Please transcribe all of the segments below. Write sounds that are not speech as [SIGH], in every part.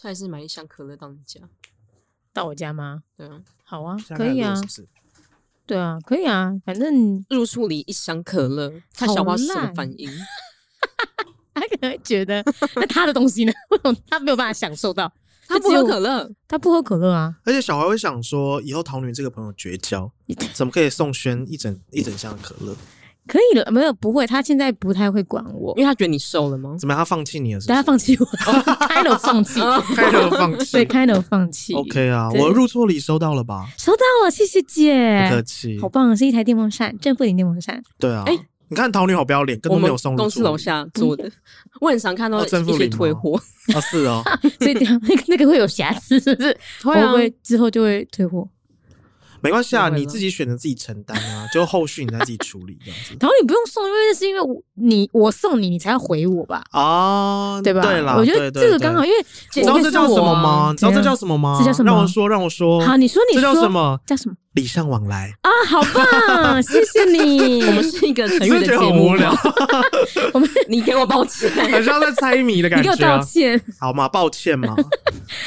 他也是买一箱可乐当你家，到我家吗？对啊，好啊，现在可以开啊始录，是不是对啊，可以啊，反正 [LAUGHS] 入处里一箱可乐，看好小花是什么烂反应。他可能会觉得那他的东西呢， [LAUGHS] 为什么他没有办法享受到？ [LAUGHS] 他就不只有喝可乐，他不喝可乐啊，而且小孩会想说，以后桃女这个朋友绝交，怎么可以送轩一整一整箱的可乐？可以了，没有不会，他现在不太会管我因，为他觉得你瘦了 [LAUGHS] 吗？怎么样？他放弃你了是不等是？他放弃我开了 [LAUGHS] 放弃，哦 [LAUGHS] [LAUGHS] 开头放弃对，开了放弃。哦 OK 啊，对我入错礼收到了吧？收到了，谢谢不姐，客气好。棒，啊是一台电风扇，正负零电风 [LAUGHS] 扇，对啊，哎你看桃女好不要脸，根我本没们有送入公司错礼楼 [LAUGHS] 下做的，我很常看到哦一正负些零吗退 [LAUGHS] 货，哦，是哦，所以那 [LAUGHS] 个那个会有瑕疵，是不是？我会会啊不，会之后就会退货？没 [LAUGHS] 关系啊，不会了你自己选择自己承担啊，就后续你再自己处理这样 [LAUGHS] 子然后你不用送，因为那是因为我你我送你，你才要回我吧，啊，对吧？对啦，我觉对得对这个对刚好，因为你知道这叫什么吗？你知道这叫什什么吗？啊这叫什么让我说，让我说。好，你说你这说叫什么？叫什么礼尚往来。啊？好棒，谢谢 [LAUGHS] 你。我们是一个成你语是不的是觉节得很目无吗聊，，我们 [LAUGHS] 你给我抱歉，很像在猜谜的你感给我觉道啊？歉，好嘛，抱歉嘛，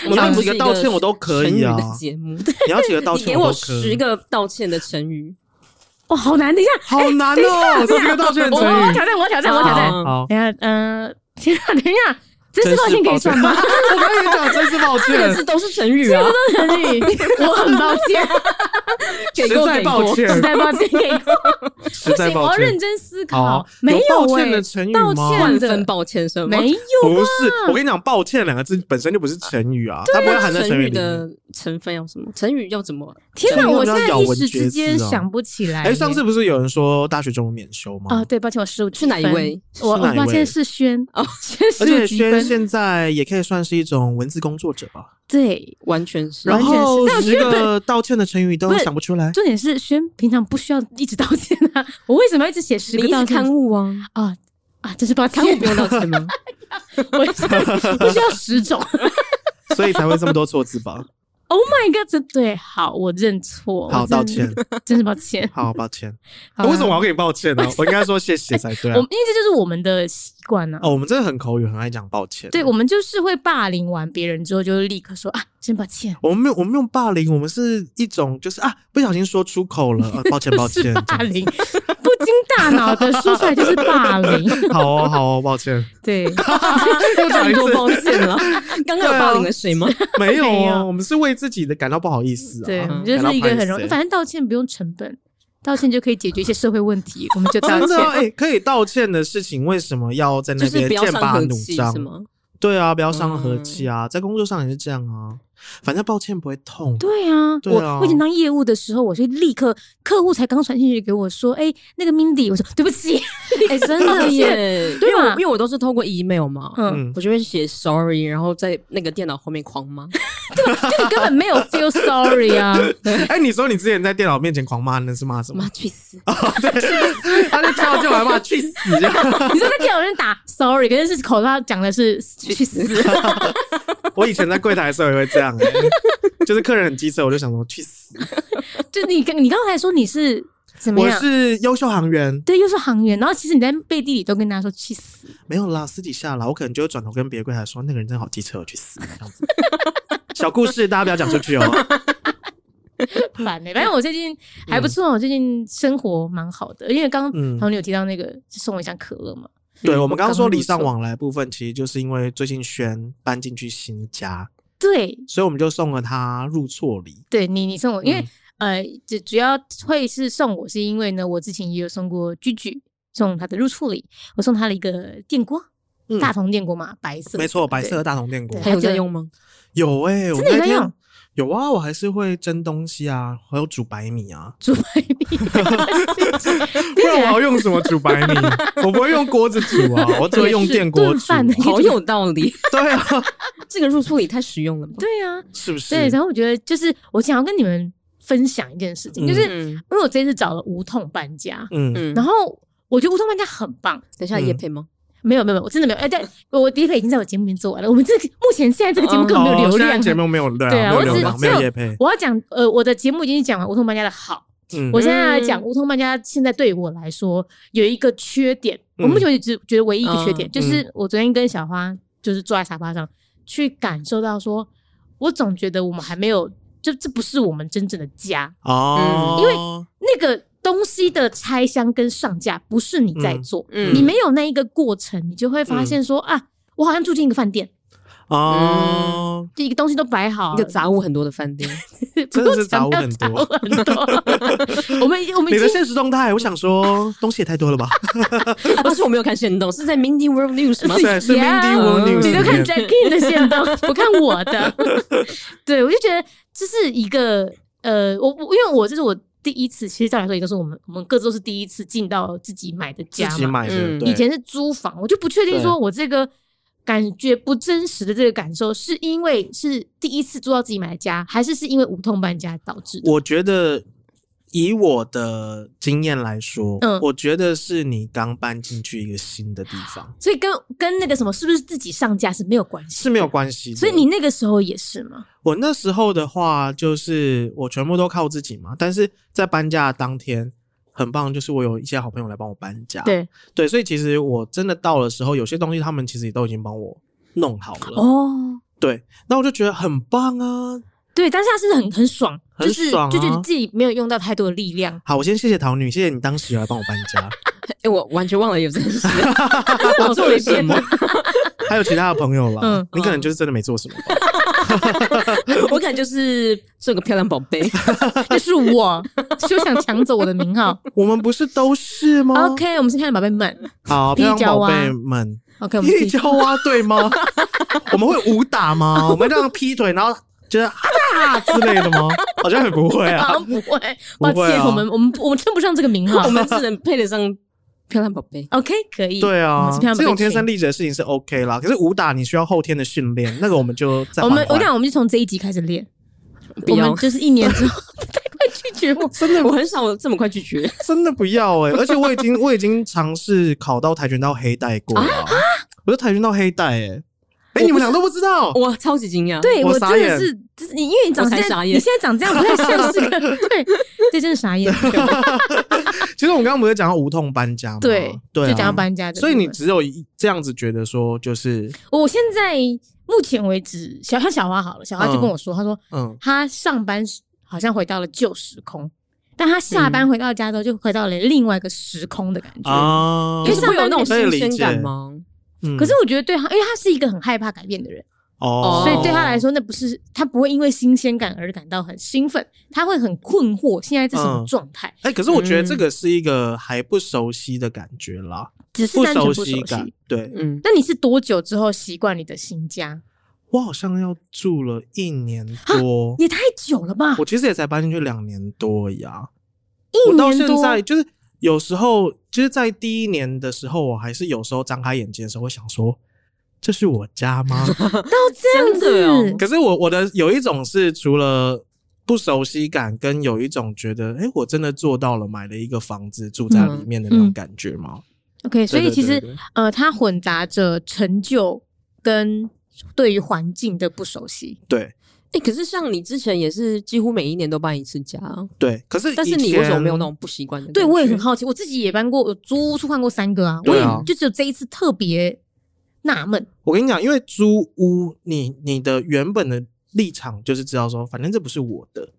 我你要们不几是个一道 [LAUGHS] 歉我都可以啊成语的节目，你要几个 [LAUGHS] 道你给歉我都可十以。啊个道歉的成 [LAUGHS] 语，哇，好难！等一下，好难哦，十个道歉我成我语挑。战，我挑战，我挑战。啊好 [LAUGHS] 好，等一下，嗯，天啊，等一下，真是抱歉可以算吗？我跟你讲，真是抱这个歉，字都是成语啊，成语，我很抱 [LAUGHS] 歉，给实过在给抱过，歉，实在抱歉，可以过。实不在行，我抱要认歉。真思考好，。没有道哎歉的，成语道吗？歉万分抱歉什么？没有，不是，我跟你讲，抱歉两个字本身就不是成语啊，它不会含在成成语里面。的成分要什么？成语要怎么？天哪，成语我要现在咬一文时嚼之间字啊想不起来耶。哎，上次不是有人说大学中文免修吗？啊，对，抱歉，我失误。是哪一位？我是哪一我抱歉位是轩哦，轩是而且积轩分。现在也可以算是一种文字工作者吧。对，完全是然后完全是十个道歉的成语都不是想不出来，重点是轩平常不需要一直道歉啊，我为什么要一直写十你个一道直歉刊物 [LAUGHS] 啊，啊啊？真是抱歉，刊物不用道歉 [LAUGHS] 吗？我 [LAUGHS] 不需要十种。所以才会这么多错字吧？ Oh my god！这对好，我认错，我好，哦真道歉，，真是抱 [LAUGHS] 歉。好，抱歉。 [LAUGHS] 好啦为什么我要跟你抱歉呢？我应该说谢谢才对我啊们。因为这就是我们的习惯呢。哦，我们真的很口语，很爱讲抱歉。对，我们就是会霸凌完别人之后，就立刻说啊，真抱歉，我们没有，我们没有霸凌，我们是一种就是啊，不小心说出口了，啊、抱歉，抱是歉，霸凌，不经大脑的说出来就是霸凌。 [LAUGHS] 这样好哦，好哦，抱歉， [LAUGHS] 对， [LAUGHS] 又讲很一多抱次，歉了，刚刚有霸凌了谁吗？没有没有哦，我们是为自己的感到不好意思啊，对，我们感就到是一个不好意很思容易，反正道歉不用成本，道歉就可以解决一些社会问题，我们就道真的哦歉。哎、可以道歉的事情，为什么要在就那是边不要剑伤拔和弩气张是？吗？对啊，不要伤嗯和气啊，在工作上也是这样啊，反正抱歉不会痛。对啊，对啊我我以前当业务的时候，我就立刻客户才刚传信息给我说，哎、那个 Mindy，我说对不起，嗯哎，真 [LAUGHS] 的耶，对因为我吧因为我都是透过 email 嘛，嗯，嗯，我就会写 sorry，然后在那个电脑后面狂骂，就你根本没有 feel sorry [LAUGHS] 啊，哎、你说你之前在电脑面前狂骂，那是骂什 [LAUGHS] 么妈？去死！他就跳进来骂去死这样。你说在电脑上打 sorry，可是是口上讲的是去死， [LAUGHS] 我以前在柜台的时候也会这 [LAUGHS] 样、哎，就是客人很机车，我就想说去死。就你刚你刚才说你是怎么我样？是优秀行员，对，又是行员，然后其实你在背地里都跟大家说去死，没有啦，私底下啦，我可能就会转头跟别的柜台说，那个人真的好机车，我去死这样子。 [LAUGHS] 小故事大家不要讲出去哦。 [LAUGHS] 烦嗯欸反正我最近还不错，我最近生活蛮好的，因为刚刚好嗯像你有提到那个送我一箱可乐嘛，对，我们刚刚说礼尚入错往来的部分，其实就是因为最近轩搬进去新家，对，所以我们就送了他入错礼。对你，你送我，因为嗯、呃，主主要会是送我，是因为呢，我之前也有送过居居，送他的入处礼，我送他了一个电锅，嗯大铜电锅嘛，白色的，没错，白对色的大铜电锅对还有在用吗？有哎、我的有那在天用有啊，我还是会蒸东西啊，还有煮白米啊，煮白 [LAUGHS] 米，不然啊我要用什么煮白米？ [LAUGHS] 我不会用锅子煮啊，我只会用电锅也是煮、炖饭好有道理，对啊， [LAUGHS] 这个入处理太实用了吧？对啊，是不是？对，然后我觉得就是我想要跟你们分享一件事情，就是因嗯为我这次找了无痛搬家，嗯，嗯，然后我觉得无痛搬家很棒。等一下嗯也配吗？没有没有，没有我真的没有。哎，对，我第一个已经在我节目里面做完了。我们这个目前现在这个节目根本没有哦流现在量。节目没有流对啊量，没有我流只量，只没有有叶配。我要讲，呃，我的节目已经讲完无痛搬家的好，嗯我现在来讲乌通搬家，现在对我来说有一个嗯哦缺点，我目前为止只觉得唯一一个缺点、嗯就是我昨天跟小花就是坐在沙发上去感受到说，我总觉得我们还没有，就这不是我们真正的家。哦，嗯因为那个东西的拆箱跟上架不是你在做，嗯你没有那一个过程，你就会嗯发现说、啊，我好像住进一个饭店，哦，这一个东西都摆好一了个， [LAUGHS] 杂物很多的饭 [LAUGHS] 店，不真的用是讲杂物到很杂多物很多 [LAUGHS] 我们我们你已的经现实动态，我想 [LAUGHS] 说东西也太多了吧？啊不是我没有看限动，是在 Mindy World News 吗？对，是 Mindy 嗯 World News 你都里看面 Jackie 的线动，不看 [LAUGHS] 我的。 [LAUGHS] 对，我就觉得这是一个呃，我我因为我这是我第一次，其实照来说，也就是我们我们各自都是第一次进到自己买的家自己嘛。买的，嗯对以前是租房，我就不确定对说我这个感觉不真实的这个感受，是因为是第一次租到自己买的家，还是是因为无痛搬家导致的？我觉得以我的经验来说，嗯我觉得是你刚搬进去一个新的地方所以跟跟那个什么是不是自己上架是没有关系。是没有关系的。所以你那个时候也是吗？我那时候的话，就是我全部都靠自己嘛，但是在搬家的当天。很棒，就是我有一些好朋友来帮我搬家，对，对，所以其实我真的到的时候，有些东西他们其实也都已经帮我弄好了，哦，对，那我就觉得很棒啊。对，当下是很很爽，很就是爽啊。就觉得自己没有用到太多的力量 [LAUGHS] 好，我先谢谢桃女，谢谢你当时有来帮我搬家，哎，我完全忘了有这件事。 [LAUGHS] 我做了什 [LAUGHS] 么？还有其他的朋友啦，嗯你可能就是真的没做什么吧。我感觉就是做个漂亮宝贝，那是我，休想抢走我的名 [LAUGHS] 号。我们不是都是吗 OK，我们是啊漂亮宝贝们。好，霹雳漂亮娇宝娃贝们， OK，我们霹 [LAUGHS] 雳继续娇娃对 [LAUGHS] 吗？我们会武打吗？我们这样劈腿，然后就是啊之类的吗？好像很不会好啊。像不会，不抱会歉，啊我们我们我们称不上这个名号 [LAUGHS] 我。们只能配得上漂亮宝贝。 OK，可以。对我啊们是，漂亮宝这贝种天生群。丽质的事情是 OK 啦。可是武打你需要后天的训 [LAUGHS] 练，那个我们就再我们缓我缓讲，我们就从这一集开始练。我不要们就是一年之后，太快拒绝我。真的，我很少这么快拒绝。真的不要哎、而且我已经 [LAUGHS] 我已经尝试考到跆拳道黑带过了啊，我是跆拳道黑带哎、欸，哎、你们俩都不知道，我超级惊讶，对我我傻真的眼是，就是你因为你长我这才样，傻你眼现在长这样不太像是 [LAUGHS] 个对，这真是傻眼。其实我们刚刚不是讲到无痛搬家吗？对对、啊，就讲到搬家的部分，所以你只有一这样子觉得说，就是我现在目前为止，小像小花好了，小花就跟我说，她说嗯，她上班时好像回到了旧时空，但她下班回到家之后，就回到了另外一个时空的感觉。嗯啊，就是会有那种可以理新鲜解感吗？嗯可是我觉得对她，因为她是一个很害怕改变的人，哦，所以对她来，说，那不是她不会因为新鲜感而感到很兴奋，她会很困惑现在这是什么嗯状态，哎、可是我觉得这个是一个还不熟悉的感觉啦，只嗯是单纯不熟悉感悉。，对嗯，那你是多久之后习惯你的新家？我好像要住了一年多，啊也太久了吧我！其实也才搬进去两年多呀，一我到年现多，在就是有时候就是在第一年的时候，我还是有时候张开眼睛的时候会想说，这是我家 [LAUGHS] 吗？这样真的子哦可是我我的有一种是除了不熟悉感，跟有一种觉得，哎、我真的做到了，买了一个房子住在里面的那种感觉吗？ OK，所以对对其实对对呃，它混杂着成就跟对于环境的不熟悉。对哎，可是像你之前也是几乎每一年都搬一次家，对，可是但是以你前为什么没有那？种不习惯的感觉？对我也很好奇，我自己也搬过，我租屋处换过三个啊，我对也啊就只有这一次特别纳闷。我跟你讲，因为租屋，你你的原本的立场就是知道说，反正这不是我的。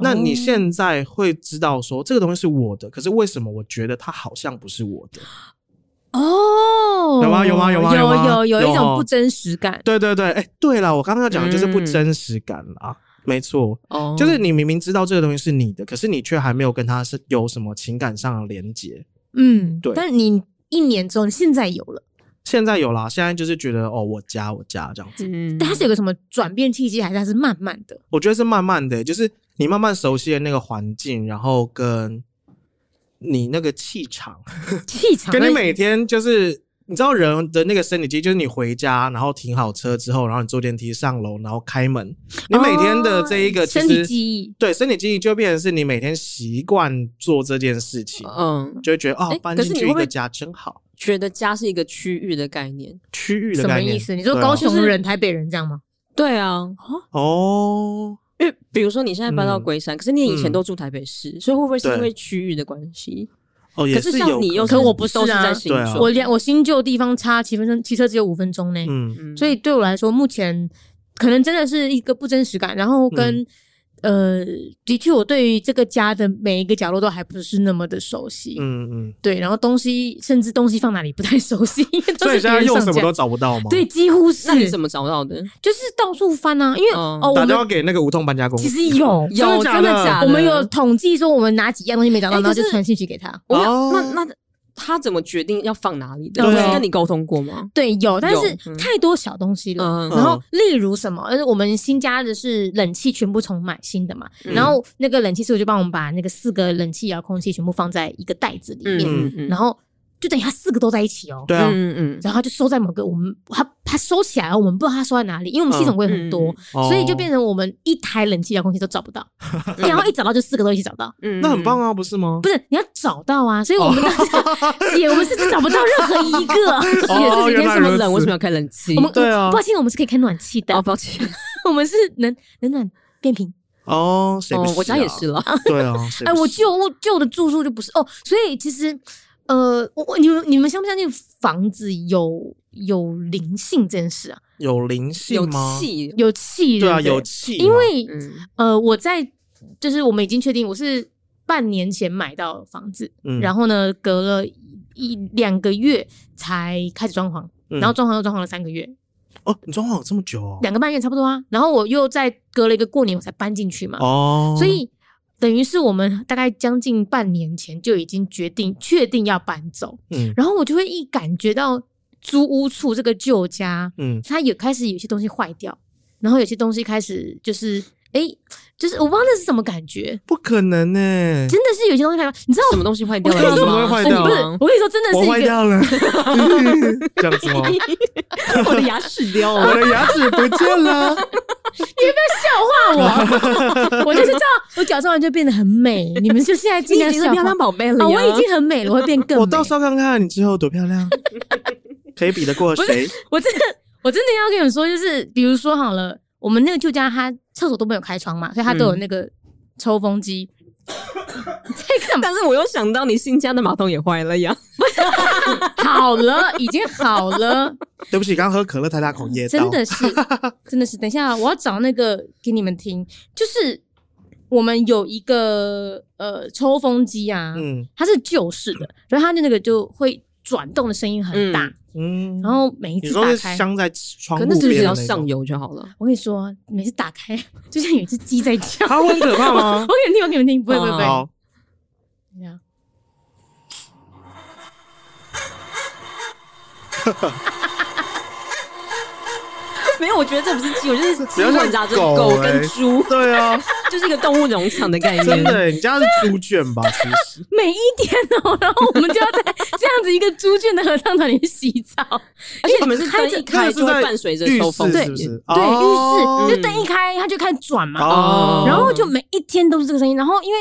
那你哦现在会知道说这个东西是我的，可是为什么我觉得它好像不是我的？哦，有吗有吗有吗有有吗有有一哦种不真实感。对对对，哎、对了，我刚刚要讲的就是不嗯真实感啦，没错。哦，就是你明明知道这个东西是你的，可是你却还没有跟他是有什么情感上的连接。嗯，对但你一年之后，你现在有嗯了，现在有啦，现在就是觉得哦，我家我家这样子，嗯，但它是有个什么转变契机，还是它是慢慢的？我觉得是慢慢的，就是你慢慢熟悉了那个环境，然后跟你那个气场，气场跟会你每天就是。你知道人的那个生理机，就是你回家，然后停好车之后，然后你坐电梯上楼，然后开门，你每天的这一个哦其实、身体记忆，对身体记忆就变成是你每天习惯做这件事情，嗯，就会觉得哦诶，搬可进是你去会一不会个家真好。觉得家是一个区域的概念。区域的什么概念。意思？你说对啊高雄人、台北人这样吗？对啊，哦，因为比如说你现在搬到嗯龟山，可是你以前嗯都住台北市，所以会不会是对因为区域的关系？哦，也可是像有你又可可能我不是啊都是在新对啊竹，我连我新旧地方差骑分钟，骑车只有五分钟呢，嗯嗯所以对我来说，目前可能真的是一个不真实感。然后跟、嗯呃，的确，我对于这个家的每一个角落都还不是那么的熟悉。嗯嗯，对，然后东西甚至东西放哪里不太熟悉，因为都所以是别现在人用上什么架都找不到吗？对，，几乎是那你怎么找到的？就是到处翻啊，因为、嗯哦，我打电话们给那个无痛搬家公其司。实有有真的假真的的假的？我们有统计说我们哪几样东西没找到，哎然后可就是传信息给他。我想哦那那他怎么决定要放哪里的？对啊是跟你沟通过吗？对，有，但是嗯太多小东西了。嗯然后，例如什么？呃，我们新加的是冷气全部重买新的嘛，嗯嗯然后那个冷气师傅就帮我们把那个四个冷气遥控器全部放在一个袋子里面，嗯嗯，然后就等于它四个都在一起哦。对啊，嗯嗯然后他就收在某个我们他他收起来了，我们不知道他收在哪里，因为我们系统柜很嗯多，所哦以就变成成我们一台冷气遥控器都找 [LAUGHS] 不到，然后一找到就四个都一起找到，嗯，那很棒啊，不是吗？不是你要找到啊，所以我们当时 [LAUGHS] 姐我们甚至找不到任何一个，嗯。哦 [LAUGHS] 也是哦今原天来这么如冷，此为什么要开冷气？我们对啊抱歉，我们是可以开暖气的哦，，抱歉，我们是能能暖变频。哦，谁不哦是、，我家也是。了。[LAUGHS] 对啊，谁哎，不我是旧屋旧的住宿就不是哦，所以其实，呃，我我你们你们相不相信房子有有灵性这件事啊？有灵性有吗？气，有气对啊，对不对有气嘛，因为 [LAUGHS] 嗯呃，我在就是我们已经确定我是半年前买到房子，嗯然后呢，隔了一一两个月才开始装潢，嗯然后装潢又装潢了三个月，哦，你装潢有这么久哦？两个半月差不多啊。然后我又再隔了一个过年我才搬进去嘛，哦，所以等于是我们大概将近半年前就已经决定确定要搬走，嗯然后我就会一感觉到租屋处这个旧家，嗯它也开始有些东西坏掉，然后有些东西开始就是哎、诶就是我不知道那是什么感觉，不可能呢、真的是有些东西坏掉，你知道什么东西坏掉了吗？我哦怎么会坏掉不是吗？我跟你说，真的我是坏一个 [LAUGHS] 掉了，这嗯样子吗？哎啊我的牙齿掉啊我。的牙齿不见了， [LAUGHS] 我，我就是这样，我矫正完就变得很美。你们就现在你尽已量经是笑漂话亮宝贝了啊，呀！我已经很美了，我会变更美。我到时候看看你之后多漂 [LAUGHS] 亮，可以比得过谁？我真的，我真的要跟你们说，就是比如说好了，我们那个旧家，它厕所都没有开窗嘛，所以它都有嗯那个抽风机。 [LAUGHS] 在干嘛？但是我又想到你新家的马桶也坏了呀。好了，已经好了，对不起，刚喝可乐太大口噎到，真的是， [LAUGHS] 真的是。等一下，我要找那个给你们听，就是我们有一个呃抽风机啊，嗯它是旧式的，所以它的那个就会转动的声音很大，嗯嗯。然后每一你次说打是开，镶在窗可户那边是的不那是要种上 [LAUGHS] 油就好了？我跟你说，每次打开 [LAUGHS] 就像有一只鸡在叫。 [LAUGHS] 它会很可怕我吗？给你听，我给你们听，不会不会不会。好，等一下 [LAUGHS] 没有，我觉得这不是鸡，我 [LAUGHS] 就是比鸡较像混杂着狗狗欸跟 [LAUGHS] 猪， [LAUGHS] 对啊，就是一个动物农场的概念。真的欸，你家是猪圈吧？其实，每一天哦， [LAUGHS] 然后我们就要在这样子一个猪圈的合唱团里洗澡，而且你们是灯一那开个就是会在伴随着浴抽风，室对是不是？对，哦浴室就灯一开，它就开始转嘛。哦，然后就每一天都是这个声音，然后因 [LAUGHS] 为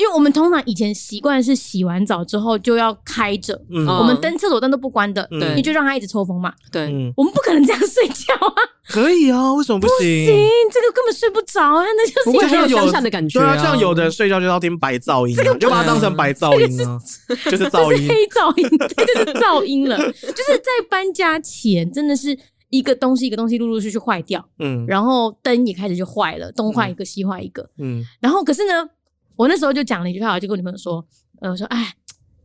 因为我们通常以前习惯是洗完澡之后就要开着，嗯哦我们灯厕所灯都不关的，嗯你就让它一直抽风嘛。对，嗯，我们不可能这样睡觉啊，可以啊，为什么不行？行，这个根本睡不着啊，那就不是过这像很有有乡下的感觉对啊，啊像有的人睡觉就要听白噪音啊，你就把它当成白噪音啊， [LAUGHS] 就是噪这是音。黑噪音，对，就是噪音了。就是在搬家前，真的是一个东西一个东西陆陆续续坏掉，嗯然后灯也开始就坏了，东坏一个西坏一个。嗯然后可是呢，我那时候就讲了一句话，我就跟我女朋友说，呃，我说哎，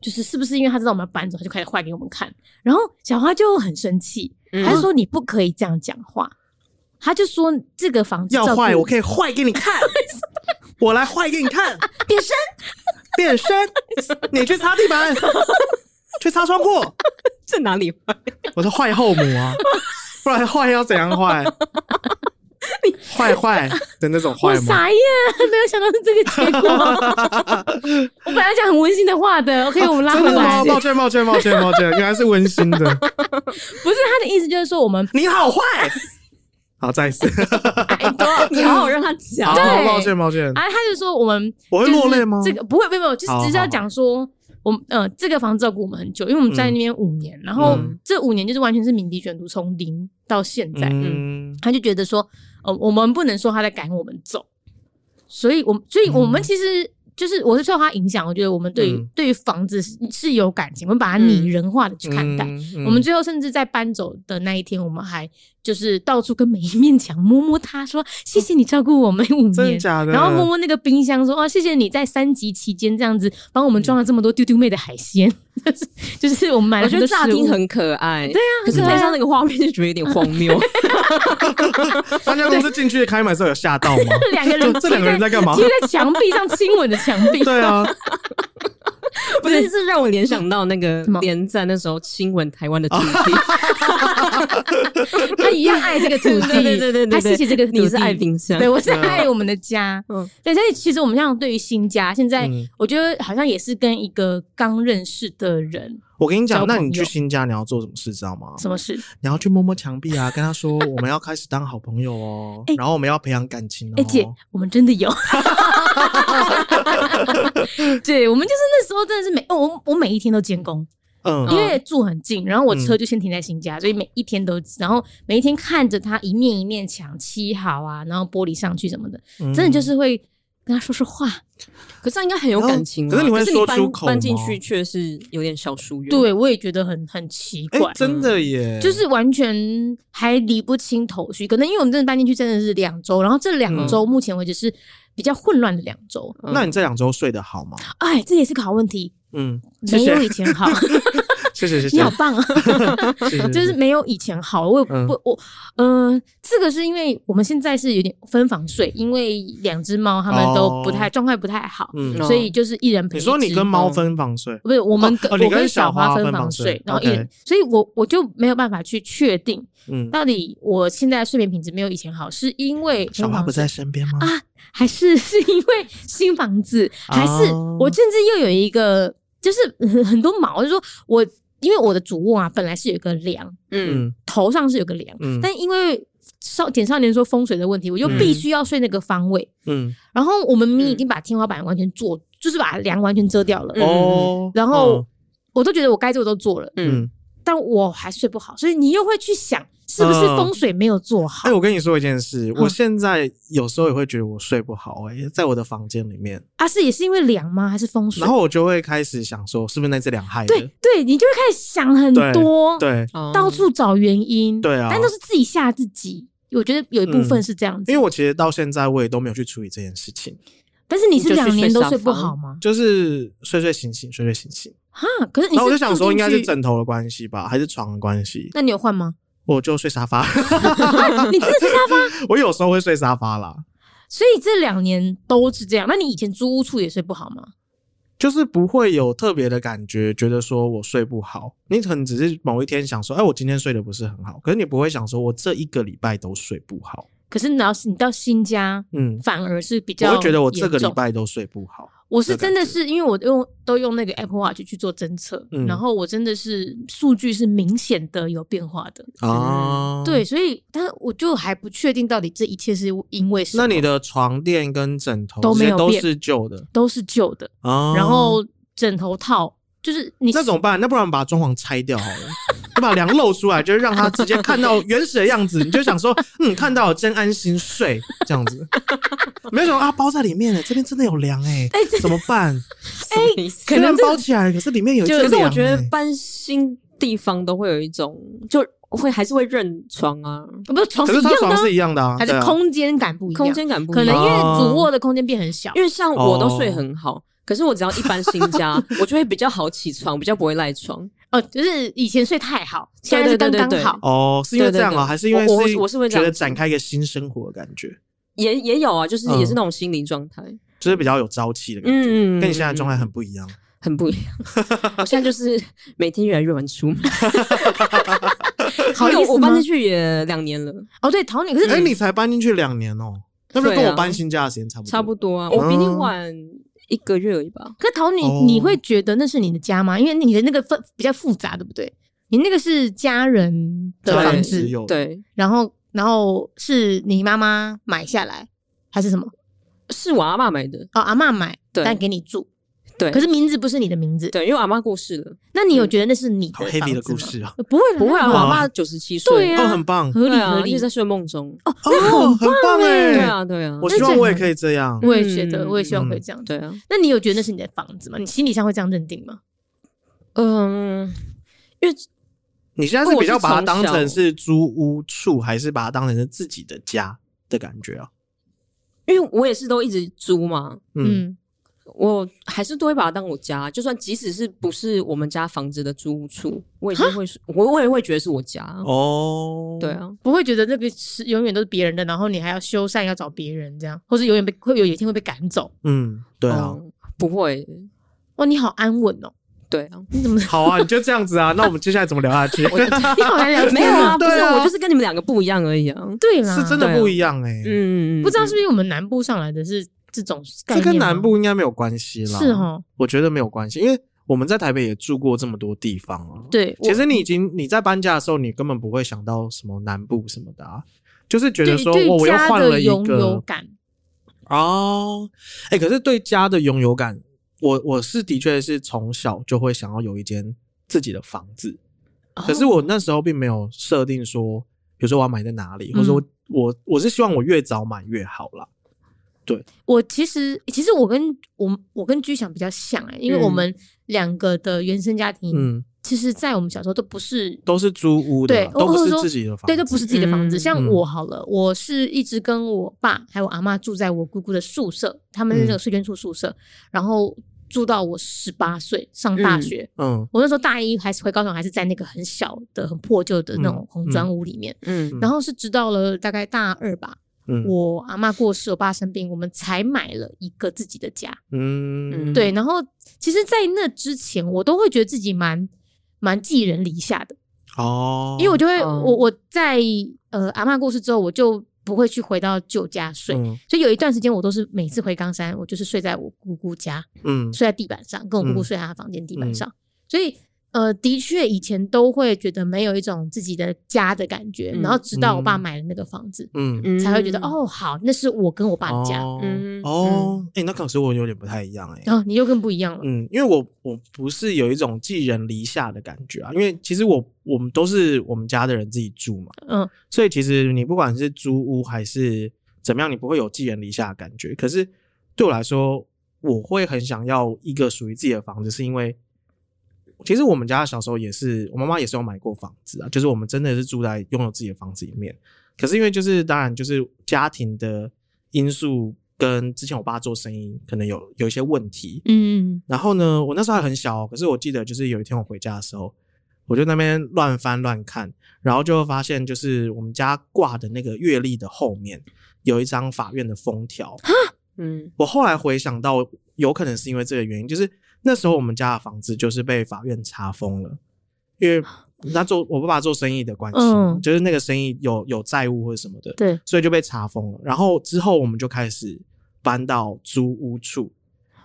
就是是不是因为她知道我们要搬走，她就开始坏给我们看。然后小花就很生气，嗯嗯她就说你不可以这样讲话。她就说：“这个房子要照顾坏我可以坏给你看，我来坏给你看，变身，变身，你去擦地板，去擦窗户。这哪里坏？我说坏后母 [LAUGHS] 啊，不然坏要怎样坏？坏坏的那种我坏吗？傻眼，没有想到是这个结 [LAUGHS] 果。我本来讲很温馨的话的，OK，我们拉真回的来吗？。抱歉，抱歉，抱歉，抱歉，原来是温馨 [LAUGHS] 的。不是他的意思，就是说我们你好坏，好，再一次，哎你好好让他讲 [LAUGHS] [LAUGHS] 好，对抱歉，抱歉，啊，他就说我们我会就是落泪吗这个不会，没有，没有，就是好只是要讲说。我们呃，这个房子照顾我们很久，因为我们在那边五年，然后嗯这五年就是完全是鸣笛卷土，从零到现在。嗯他就觉得说，呃，我们不能说他在赶我们走，所以我，所以我们其实就是我是受他影响，我觉得我们对于、嗯对于房子是是有感情，我们把它拟人化的去看待。嗯嗯我们最后甚至在搬走的那一天，我们还就是到处跟每一面墙摸摸它，说谢谢你照顾我们五真的年，假的？然后摸摸那个冰箱，说哦谢谢你在三级期间这样子帮我们装了这么多丢丢妹的海鲜， [LAUGHS] 就是我们买了我觉得很多乍食物听很可爱，对啊，可是很可爱配上那个画面就觉得有点荒 [LAUGHS] 谬。搬家公司进去开门的时候有吓到 [LAUGHS] 吗？两个人就这两个人在 [LAUGHS] 干嘛贴？在墙壁上亲吻的墙壁， [LAUGHS] 对啊，不是，是让我联想到那个什么连战那时候亲吻台湾的土地，他一样爱这个土 [LAUGHS] 地，对对对对对他谢谢这个土地， [LAUGHS] 你是爱冰箱对，我是啊爱我们的家。嗯对，所以其实我们像对于新家，现在嗯我觉得好像也是跟一个刚认识的人，我跟你讲交，朋友那你去新家你要做什么事知道吗？什么事？你要去摸摸墙壁啊，跟他说我们要开始当好朋友 [LAUGHS] 哦，然后我们要培养感情哦。哎、姐，我们真的有。 [LAUGHS] 对，我们就是那时候真的是每哦，我我每一天都监工，嗯因为住很近，然后我车就先停在新家，所以每一天都，然后每一天看着他一面一面墙漆好啊，然后玻璃上去什么的，嗯真的就是会跟他说说话，可是他应该很有感情啊。可是你会说出搬口吗搬进去却是有点小疏远。，对，我也觉得很很奇哎怪，，嗯真的耶，就是完全还理不清头绪。可能因为我们真的搬进去真的是两周，然后这嗯两周目前为止是比较混乱的两周。嗯那你这两周睡得好吗？哎，这也是个好问题，嗯，谢没有谢以前 [LAUGHS] 好。谢谢谢谢你好，棒啊！谢 [LAUGHS] 谢就是没有以前好，我也嗯不我嗯，这个是因为我们现在是有点分房睡，因为两只猫它们都不太哦状态不太好，嗯，嗯所以就是一人陪你一说你只跟猫分房睡，不是我们哦跟、哦你我跟跟小小花花分分房房睡睡，然后一人 OK，所以我我就没有办法去确定嗯，到底我现在睡眠品质没有以前好，是因为小花不在，身边吗？啊还是是因为新房子，还是哦我甚至又有一个就是很很多毛，就是说我因为我的主卧啊本来是有一个梁，嗯，嗯头上是有个梁，嗯但因为少简少年说风水的问题，我就嗯必须要睡那个方位，嗯然后我们明明嗯已经把天花板完全做，就是把梁完全遮掉了，嗯哦，然后我都觉得我该做的都做了，嗯。嗯嗯但我还睡不好，所以你又会去想是不是风水没有做好嗯哎、？我跟你说一件事，嗯我现在有时候也会觉得我睡不好、哎，在我的房间里面，啊，是也是因为凉吗？还是风水？然后我就会开始想说，是不是那只两害的？对对，你就会开始想很多，对，哦到处找原因，对啊嗯但都是自己吓自己。我觉得有一部分是这样子，因为我其实到现在我也都没有去处理这件事情，但是你你就是去两年睡都沙睡不发好吗？就是睡睡醒醒，睡睡醒醒。哈，可是你然是后我就想说，住应进该是去，枕头的关系吧，还是床的关系？那你有换 [LAUGHS] 吗？我就睡沙发，啊你真的是沙发， [LAUGHS] 我有时候会睡沙发啦，所以这两年都是这样。那你以前租屋处也睡不好吗？就是不会有特别的感觉，觉得说我睡不好。你可能只是某一天想说，哎，我今天睡得不是很好，可是你不会想说我这一个礼拜都睡不好。可是你要是你到新家，嗯，反而是比较我会觉得我这个严礼重拜都睡不好。我是的感真的觉是因为我用都用那个 Apple Watch 去做侦测，嗯然后我真的是数据是明显的有变化的，嗯啊、对，，所以但我就还不确定到底这一切是因为什么。那你的床垫跟枕头都没这些有都变是旧的都是旧的，啊，然后枕头套就是你那怎么办？那不然把装潢拆掉好了，你把梁露出来，就是让他直接看到原始的样子，你就想说，嗯，看到了真安心睡这样子。没有想到啊，包在里面了，这边真的有梁哎、怎么办？哎，什么意思虽然包起来，可是里面有一只可梁、是欸。我觉得搬新地方都会有一种，就会还是会认床啊，不是床可是是一它样的床啊，是一样的啊，还对是啊空间感不一样？空间感不一可样能因为哦主卧的空间变很小，因为像我都睡哦很好，可是我只要一搬新 [LAUGHS] 家，我就会比较好起床，比较不会赖床。哦，就是以前睡太好，现对在对是对刚对刚对好。哦，是因为这样对啊，对对还是因为我我我是会这样觉得展开一个新生活的感觉，也也有啊，就是嗯也是那种心理状嗯态，就是比较有朝气的感觉，嗯，跟你现在状态嗯很不一样。很不一 [LAUGHS] 样。我现在就是每天越来越晚出门， [LAUGHS] 好因为意思我搬吗进去也两年了，哦，对，桃女可是哎、你才搬进去两年哦、那不是对啊跟我搬新家的时间差不多？差不多啊，我比你晚一个月而已吧。可是桃女，哦你会觉得那是你的家吗？因为你的那个分比较复杂，对不对？你那个是家人的家房人子持，有的，对，然后然后是你妈妈买下来还是什么？是我阿妈买的，哦，阿嬷买，对但给你住。对可是名字不是你的名字，对，因为我阿妈过世了，那你有觉得那是你的好 heavy 房子的故吗？事啊，呃不会啦不会啊，还我好阿啊妈九十七岁，对哦，啊欸很棒，合理对啊合一理直。在睡梦中，哦，很棒对哎，啊，对啊，我希望我也可以这样，我也觉得，嗯我也希望会这样。对啊，那你有觉得那是你的房子吗？你心理上会这样认定吗？嗯，因为你现在是比较把它当我成是从是租屋处，还是把它当成是自己的家的感觉啊？因为我也是都一直租嘛，嗯，嗯，我还是都会把它当我家，就算即使是不是我们家房子的租屋处，我也是会说，我我也会觉得是我家。哦，对，啊，不会觉得那个是永远都是别人的，然后你还要修缮，要找别人这样，或是永远被会有有一天会被赶走。嗯，对啊，哦嗯不会，哇，你好安稳哦！对啊，你怎么？好啊，你就这样子啊，那我们接下来怎么聊 [LAUGHS] 下去？你好难聊天没有啊，不是对啊我就是跟你们两个不一样而已啊。对啦， [LAUGHS] 是真的不一样哎，嗯，不知道是不是因为我们南部上来的是这种概这念吗，跟南部应该没有关系啦，是哦，我觉得没有关系，因为我们在台北也住过这么多地方啊。对，其我实你已经你在搬家的时候，你根本不会想到什么南部什么的啊，就是觉对得说哦对我我又家换了的一拥有个感，哦，哎、可是对家的拥有感，我我是的确是从小就会想要有一间自己的房子，哦可是我那时候并没有设定说，比如说我要买在哪嗯里，或者说我、我我是希望我越早买越好啦。我其实其实我跟我我跟居想比较像哎、因为嗯我们两个的原生家庭，嗯，其实，在我们小时候都不是。都是租屋的对啦，，都不或者是说自己的房子，对，都不是自己的房子。嗯像嗯我好了，我是一直跟我爸还有我阿妈住在我姑姑的宿舍，他们是那个嗯税捐处宿舍，然后住到我十八岁上大嗯学。嗯我那时候大一还是回高雄，还是在那个很小的、很破旧的那种嗯红砖屋里面。嗯嗯然后是直到了大概大二吧，嗯我阿妈过世，我爸生病，我们才买了一个自己的家。嗯嗯对，然后其实，在那之前，我都会觉得自己蛮蛮寄人篱下的，哦，因为我就会、哦我我在呃阿妈过世之后，我就不会去回到旧家睡，嗯所以有一段时间我都是每次回冈山，我就是睡在我姑姑家。嗯睡在地板上，跟我姑姑嗯睡在她房间地板上。所以呃，的确以前都会觉得没有一种自己的家的感觉，嗯然后直到我爸嗯买了那个房子，嗯嗯才会觉得，哦，好，那是我跟我爸的家。哦嗯哦，哎、那可是我有点不太一样哎、然后、你又更不一样了，嗯，因为我我不是有一种寄人篱下的感觉啊，因为其实我我们都是我们家的人自己住嘛，嗯，所以其实你不管是租屋还是怎么样，你不会有寄人篱下的感觉。可是对我来说，我会很想要一个属于自己的房子，是因为其实我们家小时候也是，我妈妈也是有买过房子啊，就是我们真的是住在拥有自己的房子里面。可是因为就是当然就是家庭的因素跟之前我爸做生意可能有有一些问题，嗯，然后呢，我那时候还很小、哦，可是我记得就是有一天我回家的时候，我就那边乱翻乱看，然后就发现就是我们家挂的那个月历的后面有一张法院的封条。嗯我后来回想到，有可能是因为这个原因，就是那时候我们家的房子就是被法院查封了，因为他做我爸爸做生意的关系嘛，嗯就是那个生意有有债务或者什么的，对，所以就被查封了。然后之后我们就开始搬到租屋处，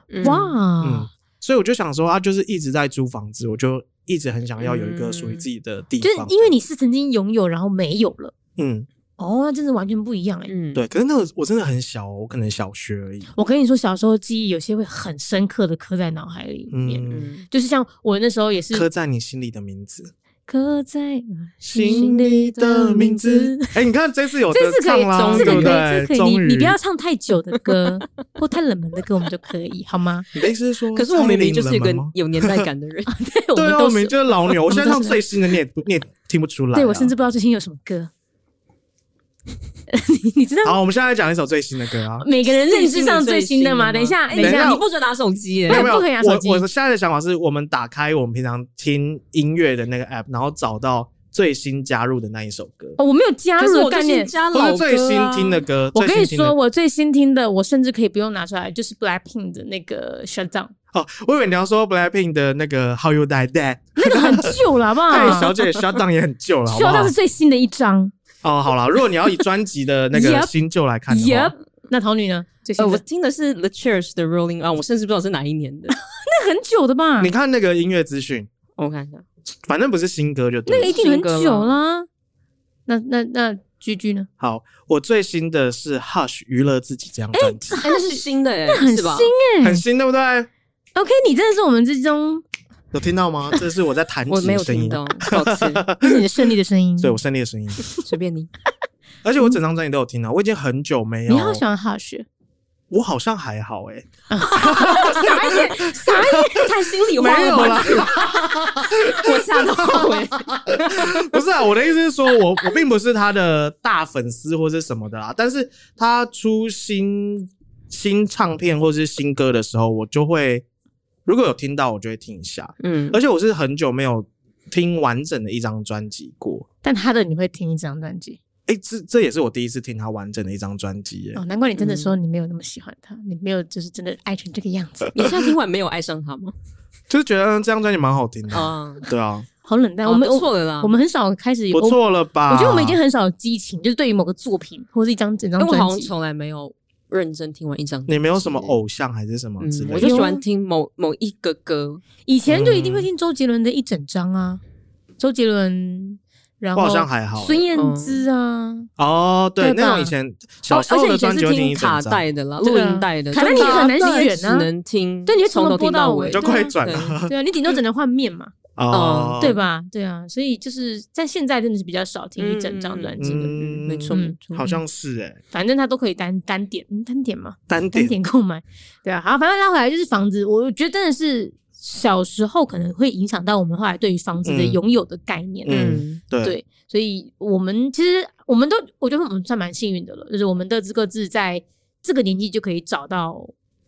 嗯哇，嗯，所以我就想说啊，就是一直在租房子，我就一直很想要有一个属于自己的地嗯就是方。因为你是曾经拥有，然后没有了，嗯，哦，那真的完全不一样哎、嗯，对。可是那个我真的很小哦，我可能小学而已。我跟你说，小时候记忆有些会很深刻的刻在脑海里面，嗯，嗯，就是像我那时候也是刻在你心里的名字，刻在我心里的名字。 [LAUGHS] 哎，你看这次有这的次可以唱啦，这对个不可以，这个可对？以，你终于，你不要唱太久的歌或太冷门的歌，我们就可以好 [LAUGHS] 吗？你的意思是说， [LAUGHS] 可是我明明就是一蔡个依林冷门吗有年代感的人，对，我对们啊，我都明是明。就是老牛。我现在我们唱都是最新的，你也 [LAUGHS] 不你也听不出来啊。对我甚至不知道最近有什么歌。你你知道好，我们现在来讲一首最新的歌啊。每个人认知上最新 [LAUGHS] 的吗？等最一新的下，吗等一等一下，下你你不不准拿手机耶对没有没有，不可以拿手机我我现在的想法是我们打开我们平常听音乐的那个 app，然后找到最新加入的那一首歌，哦，我没有加可入是的我概最念近。加或老是最新听的歌歌。哦我跟你呃最新听的说，我最新听的，我甚至可以不用拿出来，就是 Blackpink 的那 [LAUGHS] 个 Shutdown，哦，我以为你要说 Blackpink 的那个 How You Die That，那个很旧了，好不哎，好小姐 Shut Down 也很旧 [LAUGHS] 了，好不好啊？Shutdown 是？最新的一张。哦，好了，如果你要以专辑的那个 [LAUGHS] Yep 新旧来看的话 Yep，，那桃女呢？最啊。新呃，我的听的是 The Church 的 Rolling On，我甚至不知道是哪一年的。那很久的吧？你看那个音乐资讯，我看一下，反正不是新歌就对那个了。一定很新歌吗久啦。那那那居居呢？好，我最新的是 Hush 娱乐自己这张专辑，哎，那是新的耶，很是吧？新哎、很新，对不对？哎、 OK，你真的是我们之 [LAUGHS] 中有听到吗？ [LAUGHS] 这是我在弹我琴没的有声听音，啊到，抱 [LAUGHS] 歉，这是你的胜利的声音。对我胜利的声音。随便你。而且我整张专辑都有听到，啊我已经很久没有。你好喜欢 Hush，我好像还好哎、傻眼，傻眼，太心里话没有啊了啦吧？我吓到我耶， [LAUGHS] 不是啊，我的意思是说我我并不是他的大粉丝或是什么的啦，但是他出新新唱片或是新歌的时候，我就会如果有听到，我就会听一下。嗯，而且我是很久没有听完整的一张专辑过，但他的你会听一张专辑哎、这这也是我第一次听他完整的一张专辑耶。哦，难怪你真的嗯说你没有那么喜欢他，你没有就是真的爱成这个样子，你现在听完没有爱上他吗？就是觉得嗯这张专辑蛮好听的，啊，对啊，好冷淡。好我们不错啊了啦我，我们很少开始有不。错啊了吧？嗯我觉得我们已经很少有激情，就是对于某个作品或是一张整张因为哎我专好像辑，从来没有认真听完一张。你没有什么偶像还是什么之嗯，我类的就，喜欢听某某一个歌，以前就一嗯定会听周杰伦的一整张啊，周杰伦，然我后好像还好欸孙燕姿啊，哦，对，对吧那种以前小哦时而候且的以前专辑是会听一听卡整张，带的啦，对录啊音带的，卡带你很难选啊只能听，对你会从从头头播听到到尾尾就对啊快转对了对啊，你顶多只能换面嘛，哦，对？吧？对啊，所以就是在现在真的是比较少听一整张专辑的，嗯，没错，嗯没错好像是哎，反正它都可以单单点，嗯，单点嘛，单单点点购买，对啊。好，反正拉回来就是房子，我觉得真的是小时候可能会影响到我们后来对于房子的嗯拥有的概念，嗯嗯，对，对，所以我们其实我们都，我觉得我们算蛮幸运的了，就是我们的各自在这个年纪就可以找到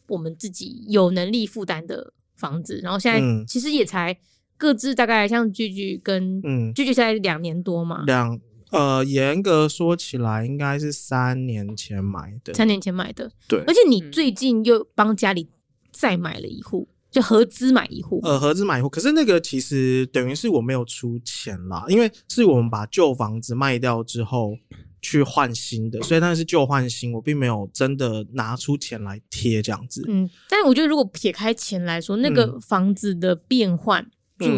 我们自己有能力负担的房子，然后现在嗯其实也才各自大概像聚聚跟嗯，聚聚现在两年多嘛，两呃，严格说起来应该是三年前买的，三年前买的，对而，且你嗯最近又帮家里再买了一户，就合资买一户，呃，合资买户，可是那个其实等于是我没有出钱啦，因为是我们把旧房子卖掉之后去换新的，所以那是旧换新，我并没有真的拿出钱来贴这样子。嗯，但是我觉得如果撇开钱来说，那个嗯房子的变换，嗯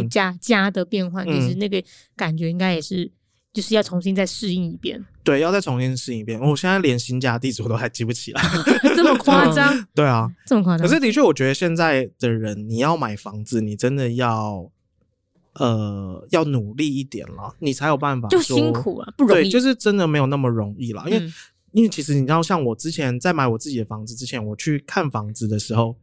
住家家的变换，嗯就是那个感觉应该也是，就是要重新再适应一遍， [LAUGHS] 对，要再重新试一遍。我现在连新家的地址我都还记不起来。 [LAUGHS] 这么夸张， [LAUGHS] 对啊，这么夸张可。是的确，我觉得现在的人，你要买房子，你真的要呃要努力一点啦，你才有办法就说辛苦了，不容易。对，就是真的没有那么容易啦。因为、嗯因为其实你知道，像我之前在买我自己的房子之前，我去看房子的时候，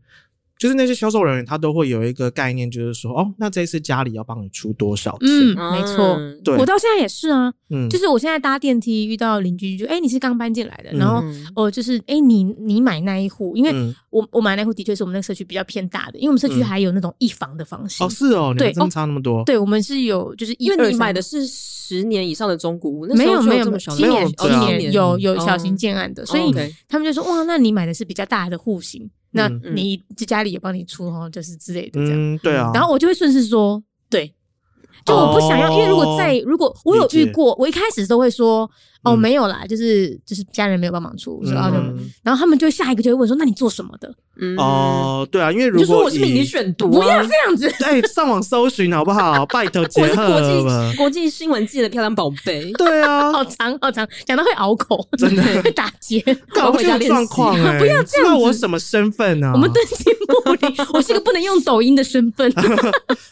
就是那些销售人员他都会有一个概念，就是说哦，那这一次家里要帮你出多少钱？嗯，嗯没错。对我到现在也是啊，嗯，就是我现在搭电梯遇到邻居就，哎，你是刚搬进来的，嗯然后嗯哦，就是哎，你你买那一户，因为嗯我我买那户的确是我们那个社区比较偏大的，因为我们社区嗯还有那种一房的房型哦，，是哦，你对们真的差那么多？对，我们是有就是一因为二你三买的是十年以上的中古屋，那没时候有就没有这么小的今没年有哦对今啊年有有小型型建案的，所以 OK 他们就说哇，那你买的是比较大的户型，那嗯嗯你这家里也帮你出哦，就是之类的这样。嗯，对啊。然后我就会顺势说，对，就我不想要，因为如哦果在如果我有遇理解过，我一开始都会说哦嗯没有啦，就是就是家人没有帮忙出，我说啊嗯没有然后他们就下一个就会问说，那你做什么的？ [LAUGHS] 嗯，哦，对啊，因为你如就说果我是民以你选读，啊不要这样子，对，哎上网搜寻好不好？拜托我结是合国际了。，国际新闻界的漂亮宝贝对啊，好长好长，讲到会拗口，真的会打结。 [LAUGHS] 搞不我要回家清楚练状习况哎、不要你知道我什么身份呢、啊？我们登记目的，我是个不能用抖音的身份。啊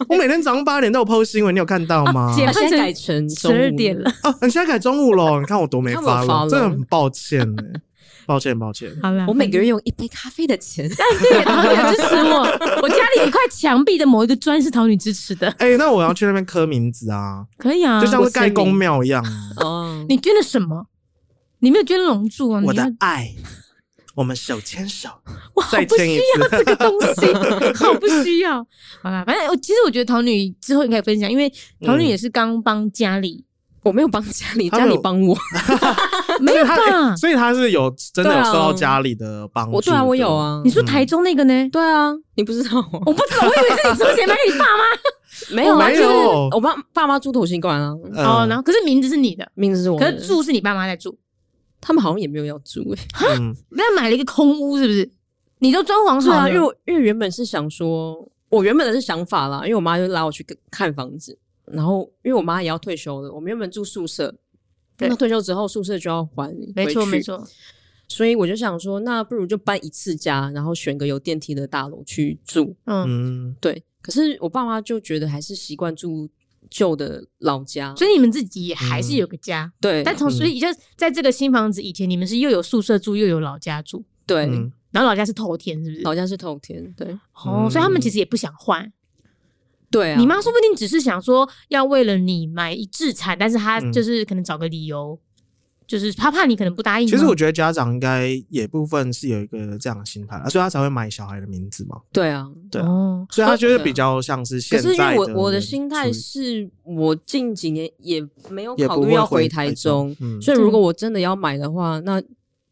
我每天早上八点都有 PO 新闻，你有看到吗？姐啊换现成在改成十中午二点了，啊，你现在改中午了，你看我多没他们有发了， follow 真的很抱歉哎、抱歉抱歉。好了，我每个月用一杯咖啡的钱，对，桃女有支持我，我家里有一块墙壁的某一个砖是桃女支持的，哎、那我要去那边刻名字啊，可以啊。就像我是盖签公名庙一样啊。哦，你捐了什么？你没有捐龙柱啊？你我要的爱，我们手牵手，哇，好再不签需一要次。这个东西， [LAUGHS] 好不需要。好啦，反正我呃其实我觉得桃女之后应该分享，因为桃女也是刚帮家里， [LAUGHS] 我没有帮家里，他家们有里帮我，没有所以他、吧哎？所以他是有真的有对啊受到家里的帮助的。我对啊，我有啊嗯你，说台中那个呢？对啊，你不知道啊我不知道，我以为是你出钱买给你爸妈。没有啊，没就有是我爸爸妈住同心馆啊，嗯。哦，然后可是名字是你的，名字是我可的，是住是你爸妈在住，他们好像也没有要住哎、嗯那买了一个空屋是不是？你都装潢是好啊，了，因为我因为原本是想说，我原本的是想法啦，因为我妈就拉我去看看房子，然后因为我妈也要退休了，我们原本住宿舍，对那退休之后宿舍就要还，没错没，错，所以我就想说，那不如就搬一次家，然后选个有电梯的大楼去住。嗯，嗯，对，可是我爸妈就觉得还是习惯住旧的老家，所以你们自己也还是有个家，对，但从嗯所以就在这个新房子以前，你们是又有宿舍住，又有老家住，对、嗯然后老家是透天，是不是？老家是头天，对哦，所以他们其实也不想换。对啊，你妈说不定只是想说要为了你买一制产，但是她嗯就是可能找个理由，就是她怕你可能嗯不答应吗。其实我觉得家长应该也部分是有一个这样的心态啊，所以他才会买小孩的名字嘛，对啊，对啊哦，所以他就是对啊比较像是现可是因在为的我我的人心态处于是我近几年也没有也考不虑会要回台台中嗯所以如果我真的要买的话，那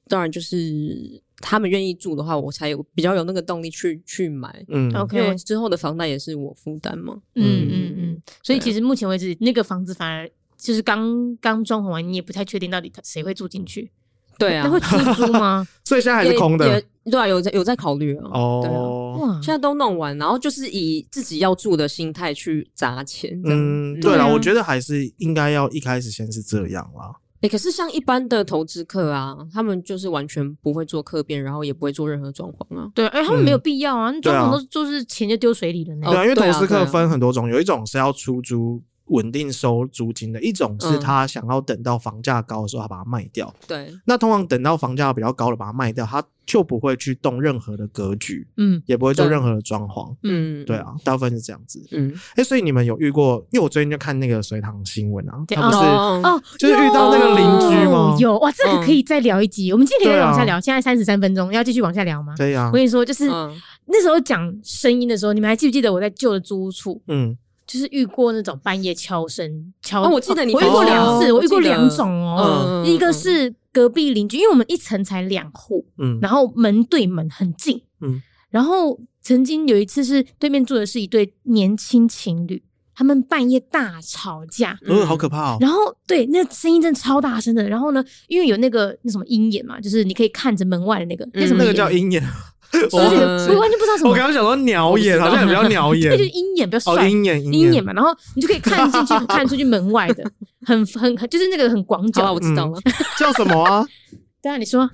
当然就是他们愿意住的话，我才有比较有那个动力去去买。嗯 OK 因为之后的房贷也是我负担嘛，嗯嗯嗯嗯，所以其实目前为止，那个房子反而就是刚刚装潢完，你也不太确定到底谁会住进去，对啊那，会出租吗？所以现在还是也空的也对啊，有在有在考虑啊，对啊，哦。哇现，在都弄完，然后就是以自己要住的心态去砸钱，这样。嗯，对对啊了，我觉得还是应该要一开始先是这样啦。哎、可是像一般的投资客啊，他们就是完全不会做客变，然后也不会做任何装潢啊。对，哎，他们嗯没有必要啊，那装潢对啊都就是钱就丢水里了呢哦对。啊，因为对投啊资对啊客分很多种，有一种是要出租稳定收租金的，一种是嗯他想要等到房价高的时候他把它卖掉。对，那通常等到房价比较高了把它卖掉，他就不会去动任何的格局，嗯，也不会做对任何的装潢。嗯，对，啊，大部分是这样子。嗯，哎、所以你们有遇过？因为我最近就看那个隋唐新闻啊，对他不是、哦哦，就是遇到那个邻居吗有有哇，这嗯个可以再聊一集。我们今天可以对啊往下聊，现在三十三分钟，要继续往下聊吗？对啊呀、我跟你说，就是嗯那时候讲声音的时候，你们还记不记得我在旧的租屋处，嗯，就是遇过那种半夜敲声敲？哦我记得你我遇过两次，哦我遇过我记得两种哦。嗯一个是隔壁邻居，因为我们一层才两户，嗯然后门对门很近，嗯然后曾经有一次是对面住的是一对年轻情侣，他们半夜大吵架，嗯，呃，好可怕哦。然后对，那个声音真的超大声的。然后呢，因为有那个那什么鹰眼嘛，就是你可以看着门外的那个、那什么那眼，个叫鹰 [LAUGHS] 眼，我是就觉我得我完全不知道什我么刚，刚想说鸟眼，好像也比较鸟眼那， [LAUGHS] 就是鹰眼比较哦，帅，鹰眼，鹰眼眼，嘛。然后你就可以看进去，看出去门外的，很很很就是那个很广好了，啊角我的。知道了， [LAUGHS] 叫什 [LAUGHS] 么啊？对啊，你说，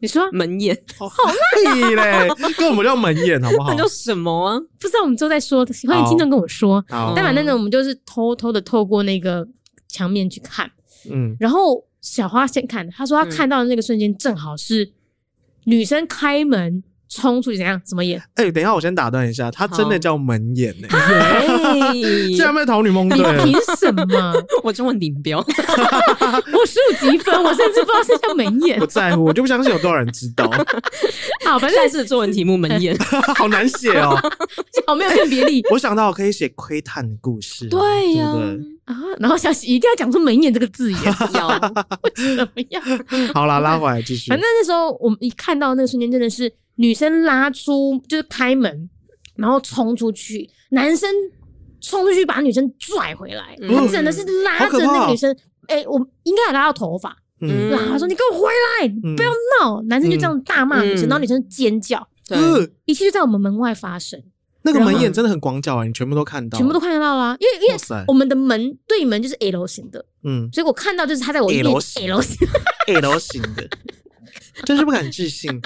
你说，门眼，啊屁嘞，跟我们叫门眼好 [LAUGHS] 不好那？叫什么啊？不知道我们之后再说，欢迎听众跟我说。好但，反正呢，我们就是偷偷的透过那个墙面去看，嗯然后小花先看的，她说她嗯看到的那个瞬间正好是女生开门冲出去，怎样？怎么演？哎、等一下，我先打断一下，他真的叫门眼呢、欸，耶竟然被桃女 [LAUGHS] 蒙你对了凭。什 [LAUGHS] 么？啊我中文顶标，我十五积分，我甚至不知道是叫门眼不。在乎，我就不相信有多少人知 [LAUGHS] 道，好，反正下一次的作文题目门眼，好难写哦。好没有辨 [LAUGHS] 别力我想到我可以写窥探的故事啊、对呀对不对啊。然后小喜一定要讲出门眼这个字眼，要怎么样？嗯 [LAUGHS] 好啦，拉回来继续。反正那时候我们一看到那个瞬间，真的是女生拉出就是开门，然后冲出去，男生冲出去把女生拽回来，嗯他真的是拉好着可怕那个女生。哎、我应该有拉到头发，嗯拉他说你给我回来，嗯不要闹！男生就这样大骂女生，嗯然后女生尖叫， [LAUGHS] 对，呃一切就在我们门外发生。那个门眼真的很广角啊、你全部都看到，全部都看得到啊啦，因为因为哇塞我们的门对门就是 L 型的，嗯所以我看到就是他在我面 L 型 L 型， L 型的，真是不敢置信，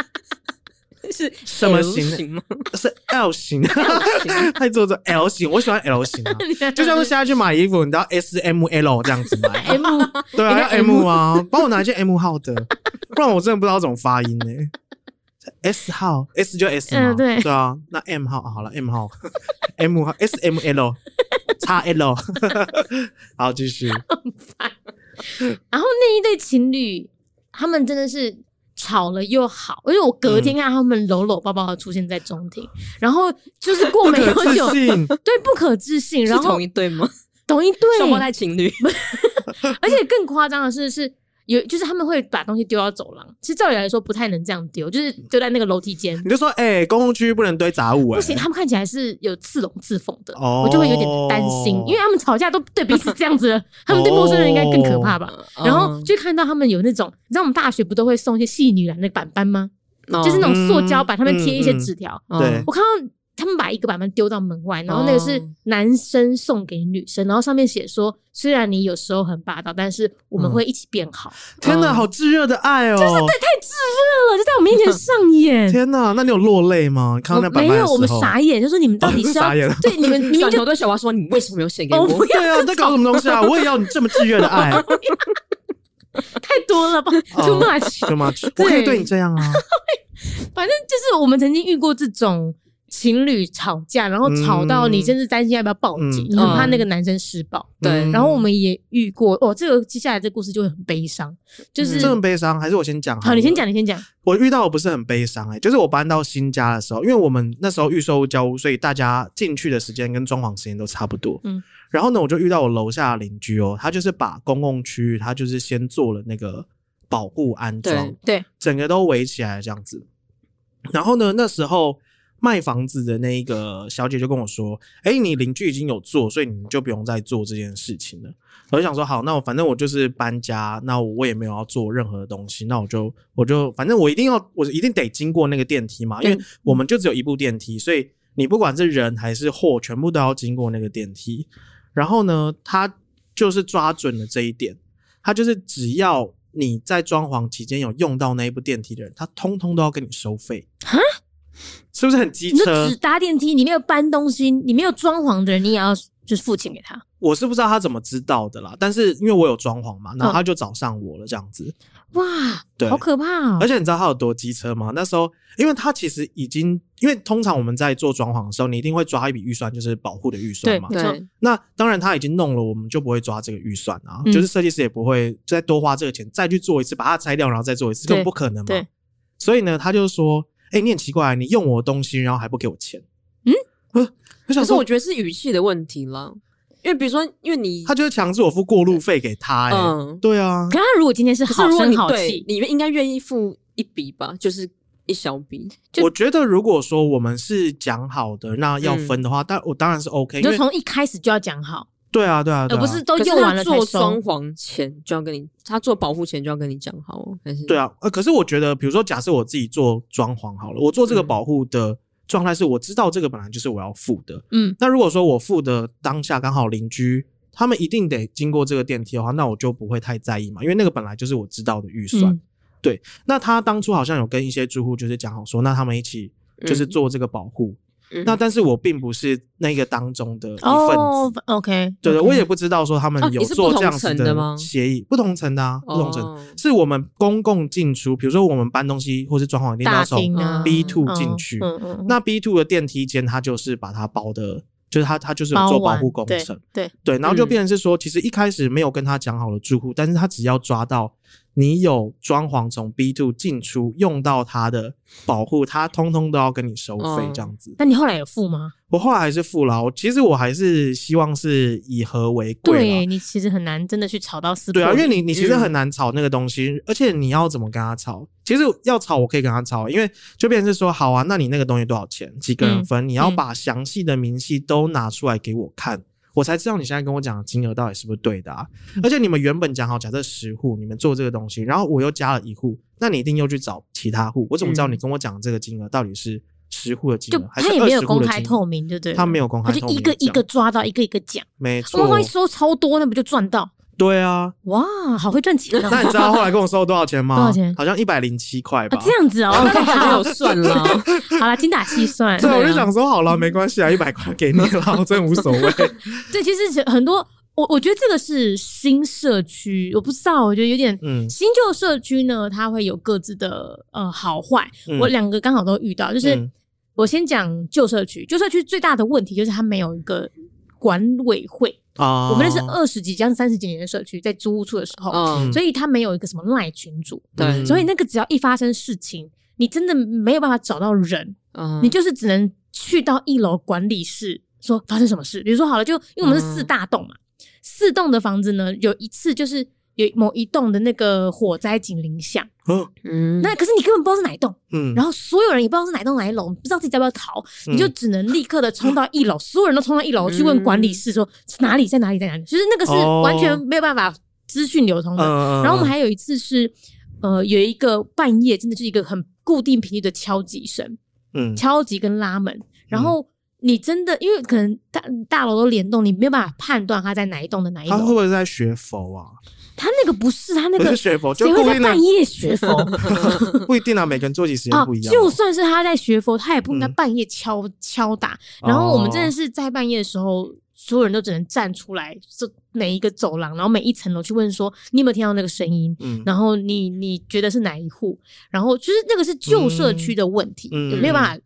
是什么 L 型型吗？是 L 型， [LAUGHS] 还做着 L 型，我喜欢 L 型啊，[LAUGHS] 就像是现在去买衣服，你知道 S M L 这样子买， [LAUGHS] M 对啊，要一个 M 啊，帮我拿一件 M 号的，不然我真的不知道怎么发音呢、S 号 S 就 S 嘛，嗯对对啊，那 M 号、啊好了，M 号 M 号 S M L 叉 L，好继续，然后那一对情侣，他们真的是吵了又好，因为我隔天看他们搂搂抱抱的出现在中庭，然后就是过嗯 [LAUGHS] 不没可多久置，信，对，不可置信，是然后同一对吗？同一对，双胞胎情侣，而且更夸张的是是。有就是他们会把东西丢到走廊，其实照理来说不太能这样丢，就是丢在那个楼梯间。你就说哎、公共区域不能堆杂物、哎，不行，他们看起来是有刺龙刺凤的，哦我就会有点担心，因为他们吵架都对彼此这样子 [LAUGHS] 了，他们对陌生人应该更可怕吧？哦嗯哦然后就看到他们有那种，你知道我们大学不都会送一些戏女篮的板板吗？就就是那种塑胶嗯板，他们贴一些嗯嗯哦纸条。对我看到他们把一个版本丢到门外，然后那个是哦男生送给女生，然后上面写说，虽然你有时候很霸道，但是我们嗯会一起变好。天哪，嗯好炙热的爱哦！乐了就在我们面前上演。 [LAUGHS] 天哪，那你有落泪吗？你看我到那版没本有，我们傻眼，就说你们到底是要 [LAUGHS] 傻眼了对你们明明转就头对小华说：“你为什么没有写给我？”哦对啊，你在搞什么东西啊？我也要你这么炙热 [LAUGHS] 的爱太多了吧哦，too much。 ，too much，我可以对你这样啊？反正就是我们曾经遇过这种情侣吵架，然后吵到你嗯甚至担心要不要报警，嗯你很怕那个男生施暴。对嗯然后我们也遇过，哦，这个接下来这故事就会很悲伤，就是、这么悲伤，还是我先讲？好，你先。讲，你先讲，我遇到的不是很悲伤哎、就是我搬到新家的时候，因为我们那时候预售交屋，所以大家进去的时间跟装潢时间都差不多。嗯嗯，然后呢，我就遇到我楼下的邻居哦，他就是把公共区域，他就是先做了那个保护安装对，对，整个都围起来这样子。然后呢，那时候卖房子的那一个小姐就跟我说：“哎、你邻居已经有做，所以你就不用再做这件事情了。”我就想说，好，那我反正我就是搬家，那我也没有要做任何的东西，那我就我就反正我一定要，我一定得经过那个电梯嘛，因为嗯我们就只有一部电梯，所以你不管是人还是货，全部都要经过那个电梯。然后呢，他就是抓准了这一点，他就是只要你在装潢期间有用到那一部电梯的人，他通通都要跟你收费。哈，是不是很机你车说只？搭电梯，你没有搬东西，你没有装潢的人，你也要就是付钱给他。我是不知道他怎么知道的啦，但是因为我有装潢嘛，然嗯后他就找上我了这样子。哇，对好可怕哦！而且你知道他有多机车吗？那时候，因为他其实已经，因为通常我们在做装潢的时候，你一定会抓一笔预算，就是保护的预对算嘛。没错对那当然他已经弄了，我们就不会抓这个预算啊，嗯就是设计师也不会再多花这个钱再去做一次，把它拆掉然后再做一次，对更不可能对嘛。所以呢，他就说：“哎、你很奇怪，你用我的东西，然后还不给我钱。”嗯呃，我可想是说我，觉得是语气的问题了，因为比如说，因为你他就是强制我付过路费给他、欸。嗯对啊可，他如果今天是可是好如果声你好对气，你们应该愿意付一笔吧，就是一小笔。我觉得如果说我们是讲好的，那要分的话，但我当然是嗯 OK，你因就为从一开始就要讲好，对啊，对啊，而对啊不是都可是用完哦他了才做装收。潢前就要跟你，他做保护前就要跟你讲好哦，还是对啊，呃，可是我觉得，比如说，假设我自己做装潢好了，我做这个嗯保护的状态是，我知道这个本来就是我要付的。嗯，那如果说我付的当下刚好邻居他们一定得经过这个电梯的话，那我就不会太在意嘛，因为那个本来就是我知道的预算。嗯那他当初好像有跟一些住户就是讲好说，那他们一起就是做这个保护。嗯那但是我并不是那个当中的一份子。哦，OK，对对， OK 我也不知道说他们啊有你是做不这同样子层的吗协议，不同层的啊，不同层哦是我们公共进出，比如说我们搬东西或是装潢，一定大要从厅嗯啊 B two 嗯进去。嗯嗯，嗯那 B two 的电梯间，它就是把它包的，就是它它就是有包做保完护工对程，对，对，然后就嗯变成是说，其实一开始没有跟他讲好的住户，但是他只要抓到你有装潢从 B two 进出用到他的保护，他通通都要跟你收费哦这样子。那你后来有付吗？我后来还是付了啊，我其实我还是希望是以和为贵啦。对你其实很难真的去吵到撕破啊对啊，脸。因为你你其实嗯很难吵那个东西，而且你要怎么跟他吵？其实要吵我可以跟他啊吵，因为就变成是说，好啊，那你那个东西多少钱？几个嗯人分？你要把详细的明细都拿出来给我看，我才知道你现在跟我讲的金额到底是不是对的啊！嗯而且你们原本讲好，假设十户你们做这个东西，然后我又加了一户，那你一定又去找其他户，我怎么知道嗯你跟我讲的这个金额到底是十户的金就额，还是他也没二有十户公的开金透额？明，对不对？他没有公他开透就明一地个讲，一个抓到，一个一个讲，没哇，错万。一收超多，那不就赚到？对啊，哇，好会赚钱那啊！你知道后来跟我收多少钱吗？哦 [LAUGHS] 多少钱好像一百零七块啊吧。这样子哦哦， ，OK， [LAUGHS] 那还没好有，算哦啦。好啦，精打细算。 [LAUGHS] 对，我对就啊想说嗯好了，没关系啊，一百块给你 [LAUGHS] 啦，我真的无所谓。对，其实很多，我我觉得这个是新社区，我不知道，我觉得有点。嗯，新旧社区呢，它会有各自的呃好坏。嗯我两个刚好都遇到，就是嗯我先讲旧社区，旧社区最大的问题就是它没有一个管委会。啊我们那是二十几将近三十几年的社区，在租屋处的时候，哦嗯，所以它没有一个什么赖群主，对，嗯所以那个只要一发生事情，你真的没有办法找到人，嗯你就是只能去到一楼管理室说发生什么事。比如说好了，就因为我们是嗯四大栋嘛，四栋的房子呢，有一次就是有某一栋的那个火灾警铃响，嗯嗯那可是你根本不知道是哪一栋，嗯，然后所有人也不知道是哪一栋哪一楼，不知道自己要不要逃，嗯你就只能立刻的冲到一楼， [LAUGHS] 所有人都冲到一楼去问管理室说哪里在哪里在哪里，就是那个是嗯哦完全没有办法资讯流通的。嗯，然后我们还有一次是，呃，有一个半夜真的是一个很固定频率的敲击声，嗯敲击跟拉门。然后你真的因为可能大大楼都联动，你没有办法判断它在哪一栋的哪一他会楼。不会在学佛啊？它那个不是，它那不个是学佛，就谁会故在意呢半？夜学佛 [LAUGHS] 不一定啊，每个人作息时间啊不一？样嘛。就算是他在学佛，他也不应该嗯半夜敲、敲打。然后我们真的哦是在半夜的时候，所有人都只能站出来，这每一个走廊，然后每一层楼去问说你有没有听到那个声音。嗯然后你你觉得是哪一户？然后就是那个是旧社区的问题，嗯有没有办法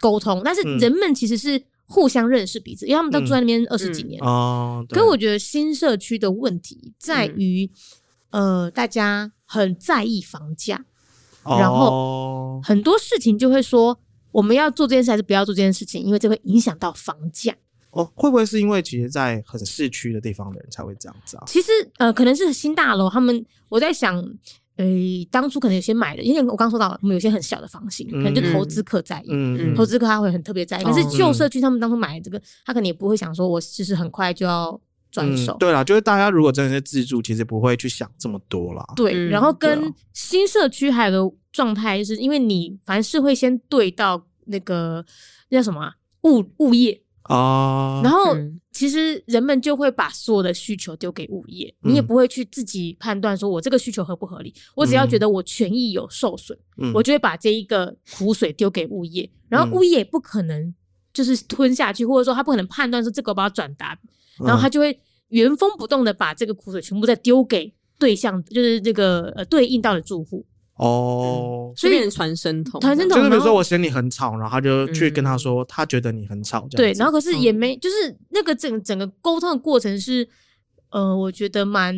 沟通？但是嗯人们其实是互相认识彼此，因为他们都住在那边二十几年。哦，对嗯可我觉得新社区的问题在于，呃，大家很在意房价，然后哦很多事情就会说我们要做这件事还是不要做这件事情，因为这会影响到房价。哦，会不会是因为其实，在很市区的地方的人才会这样子啊？其实呃，可能是新大楼，他们我在想，诶、当初可能有些买的，因为我刚说到了，我们有些很小的房型，可能就投资客在意。嗯，投资客他会很特别在意，可是哦旧社区他们当初买这个，他可能也不会想说，我就是很快就要转手嗯。对啦，就是大家如果真的是自住，其实不会去想这么多啦。对，嗯然后对跟啊新社区还有个状态，就是因为你凡是会先对到那个那叫什么啊、物物业，哦，然后嗯其实人们就会把所有的需求丢给物业，嗯你也不会去自己判断说我这个需求合不合理，我只要觉得我权益有受损，嗯我就会把这一个苦水丢给物业，然后物业也不可能就是吞下去，或者说他不可能判断说这个我把它转达，然嗯后他就会原封不动的把这个苦水全部再丢给对象，就是这个呃对应到的住户。哦，所所以以传声筒，传声筒就是比如嗯然说后嗯我嫌你很吵，然后他就去跟他说，他觉得你很吵，这对，样子然后可是嗯也没，就是那个整整个沟通的过程是，呃，我觉得蛮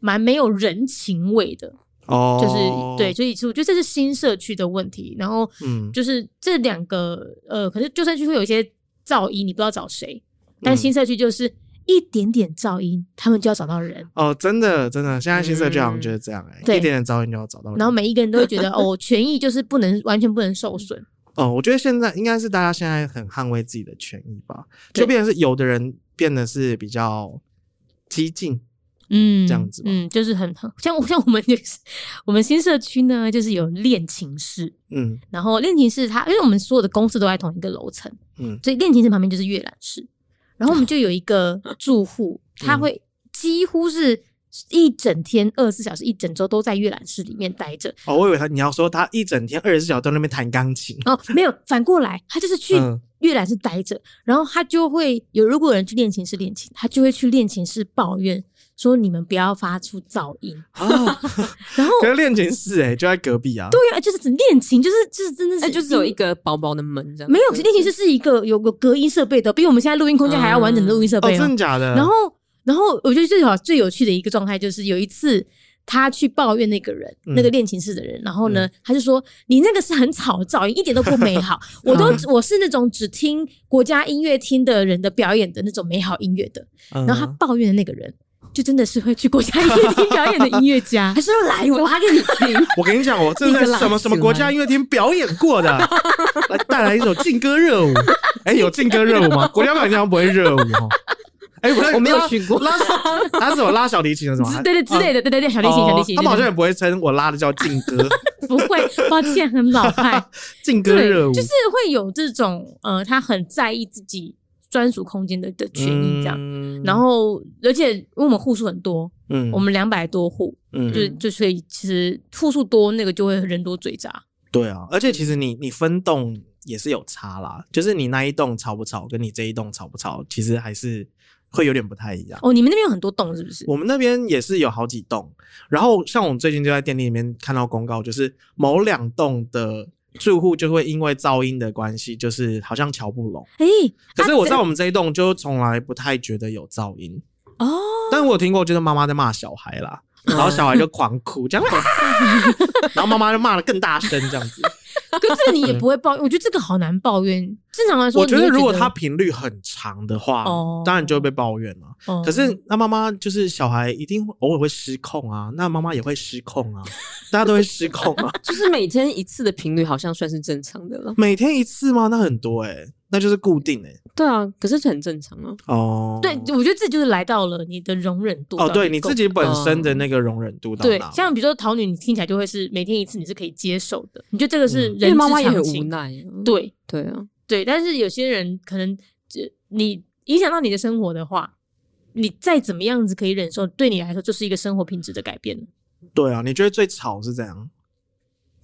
蛮没有人情味的，哦，就是、对，，所以其实我觉得这是新社区的问题。然后嗯，就是这两个，呃，可是旧社区会有一些噪音，你不知道找谁，嗯但新社区就是一点点噪音，他们就要找到人。哦，真的真的，现在新社区好像嗯就是这样哎，一对点点噪音就要找到人。然后每一个人都会 [LAUGHS] 觉得，哦，我权益就是不能完全不能受损，哦，我觉得现在应该是大家现在很捍卫自己的权益吧，对就变成是有的人变得是比较激进，嗯，这样子吧嗯，就是很很像像我们就是我们新社区呢，就是有练琴室，嗯然后练琴室它，因为我们所有的公司都在同一个楼层，嗯所以练琴室旁边就是阅览室。然后我们就有一个住户，他会几乎是一整天、二十四小时、一整周都在阅览室里面待着。哦，我以为他你要说他一整天二十四小时都在那边弹钢琴，哦，没有，反过来，他就是去嗯阅览室待着，然后他就会有，如果有人去练琴室练琴，他就会去练琴室抱怨说你们不要发出噪音。 [LAUGHS] 啊，然后可是练琴室哎、就在隔壁啊，对啊，就是只练琴，就是就是真的是，哎，就只有一个薄薄的门这样，没有练琴室是一个有个隔音设备的，比我们现在录音空间还要完整的录音设哦，备、真的假嗯的？然后，然后我觉得最好最有趣的一个状态就是有一次他去抱怨那个人，嗯那个练琴室的人，然后嗯呢，他就说你那个是很吵的噪音，一点都不 [LAUGHS] 美好。我嗯都我是那种只听国家音乐厅的人的表演的那种美好音乐的。嗯，然后他抱怨的那个人，就真的是会去国家音乐厅表演的音乐 [LAUGHS] 家还。是要来，我拉给你听。我跟你讲，我正在一个拉什么起什么国家来音乐厅表演过的，来带来一首劲歌热舞。哎、有劲歌热舞吗？国家表演好像不会热舞哦。哎、我我没啊有去过拉拉是有拉小提琴的什么？ [LAUGHS] 之对对之类的，对对对，小小提哦琴，小提琴，他们好像对也不会称我拉的叫劲歌，对不会，抱歉，很老派。劲歌对，热舞就是会有这种呃，他很在意自己专属空间的的权益这样。嗯然后，而且因为我们户数很多，嗯我们两百多户，嗯就就所以其实户数多，那个就会人多嘴杂。对啊，而且其实你你分栋也是有差啦，就是你那一栋吵不吵，跟你这一栋吵不吵，其实还是会有点不太一样。哦，你们那边有很多栋是不是？我们那边也是有好几栋，然后像我们最近就在店里里面看到公告，就是某两栋的住户就会因为噪音的关系，就是好像瞧不拢。哎、可是啊我在这我们这一栋就从来不太觉得有噪音，哦，但我有听过就是妈妈在骂小孩啦，然后小孩就狂哭 [LAUGHS] 这样，啊然后妈妈就骂的更大声这样子。可这个你也不会抱怨，我觉得这个好难抱怨。正常来 [LAUGHS] 说，嗯我觉你得会如果他频率很长的话哦，当然就会被抱怨了。哦可是那妈妈就是小孩，一定会偶尔会失控啊，那妈妈也会失 [LAUGHS] 控啊，大家都会失控啊。就是每天一次的频率好像算是正常的了。每天一次吗？那很多哎、那就是固定哎、对啊，可是很正常啊。哦，对，我觉得这就是来到了你的容忍度哦，对你够自己本身的那个容忍度到嗯对哪？，像比如说桃女，你听起来就会是每天一次，你是可以接受的。你觉得这个是嗯因为人之妈妈也很常无情？奈啊。对，对啊，对，但是有些人可能这你影响到你的生活的话，你再怎么样子可以忍受，对你来说就是一个生活品质的改变了。对啊，你觉得最吵是怎样？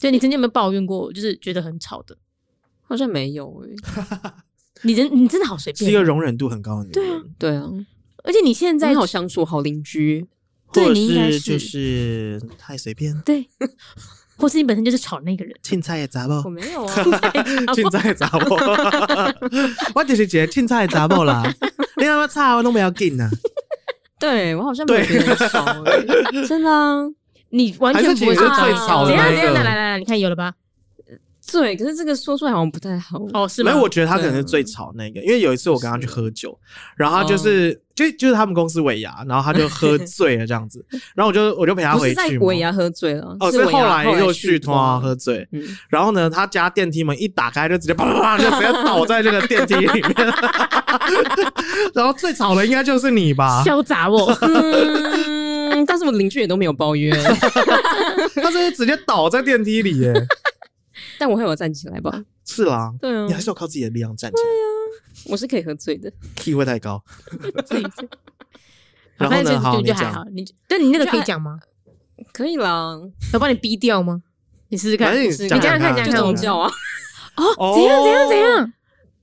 对你曾经有没有抱怨过，就是觉得很吵的？好像没有欸诶、你人你真的好随是一个便，哦容忍度很高的女人，对啊，而且你现在很好相处，好邻居。对或者你应该是是就是太随便，对，或是你本身就是吵那个人，青菜也砸我爆，没有啊， [LAUGHS] 青菜也砸 [LAUGHS] 爆，我就是觉得青菜也砸爆啦，你那么吵我都不要紧啊呐， [LAUGHS] 对我好像没有觉得很吵 [LAUGHS] 欸，真的啊。你完还全是不会哦其去实是吵最吵的怎样那怎一样？个来来来，你看有了吧？对，可是这个说出来好像不太好。哦，是没吗？有，我觉得他可能对是最吵那个，因为有一次我跟他去喝酒，然后他就是、就就是他们公司尾牙，然后他就喝醉了这样子，然后我就我就陪他不回是在去嘛。尾牙喝醉了，哦，是是尾牙后来又续去通啊喝醉，嗯，然后呢，他家电梯门一打开就直接啪啪啪就直接倒在这个电梯里面，然后最吵的应该就是你吧？潇洒 [LAUGHS] 我。嗯，但是我邻居也都没有抱 [LAUGHS] 怨，他直接直接倒在电梯里耶，但我会有站起来吧？是啦，对啊你还是要靠自己的力量站起我是可以喝醉 [LAUGHS] 的。来，地位太高。然后反正呢，就好，就你就还讲好，，你就但你那个可以讲吗？可以啦，我帮你逼掉吗？你试试看，反正你你这讲样讲看，看讲就看宗我。教啊，哦怎样怎哎样怎？样？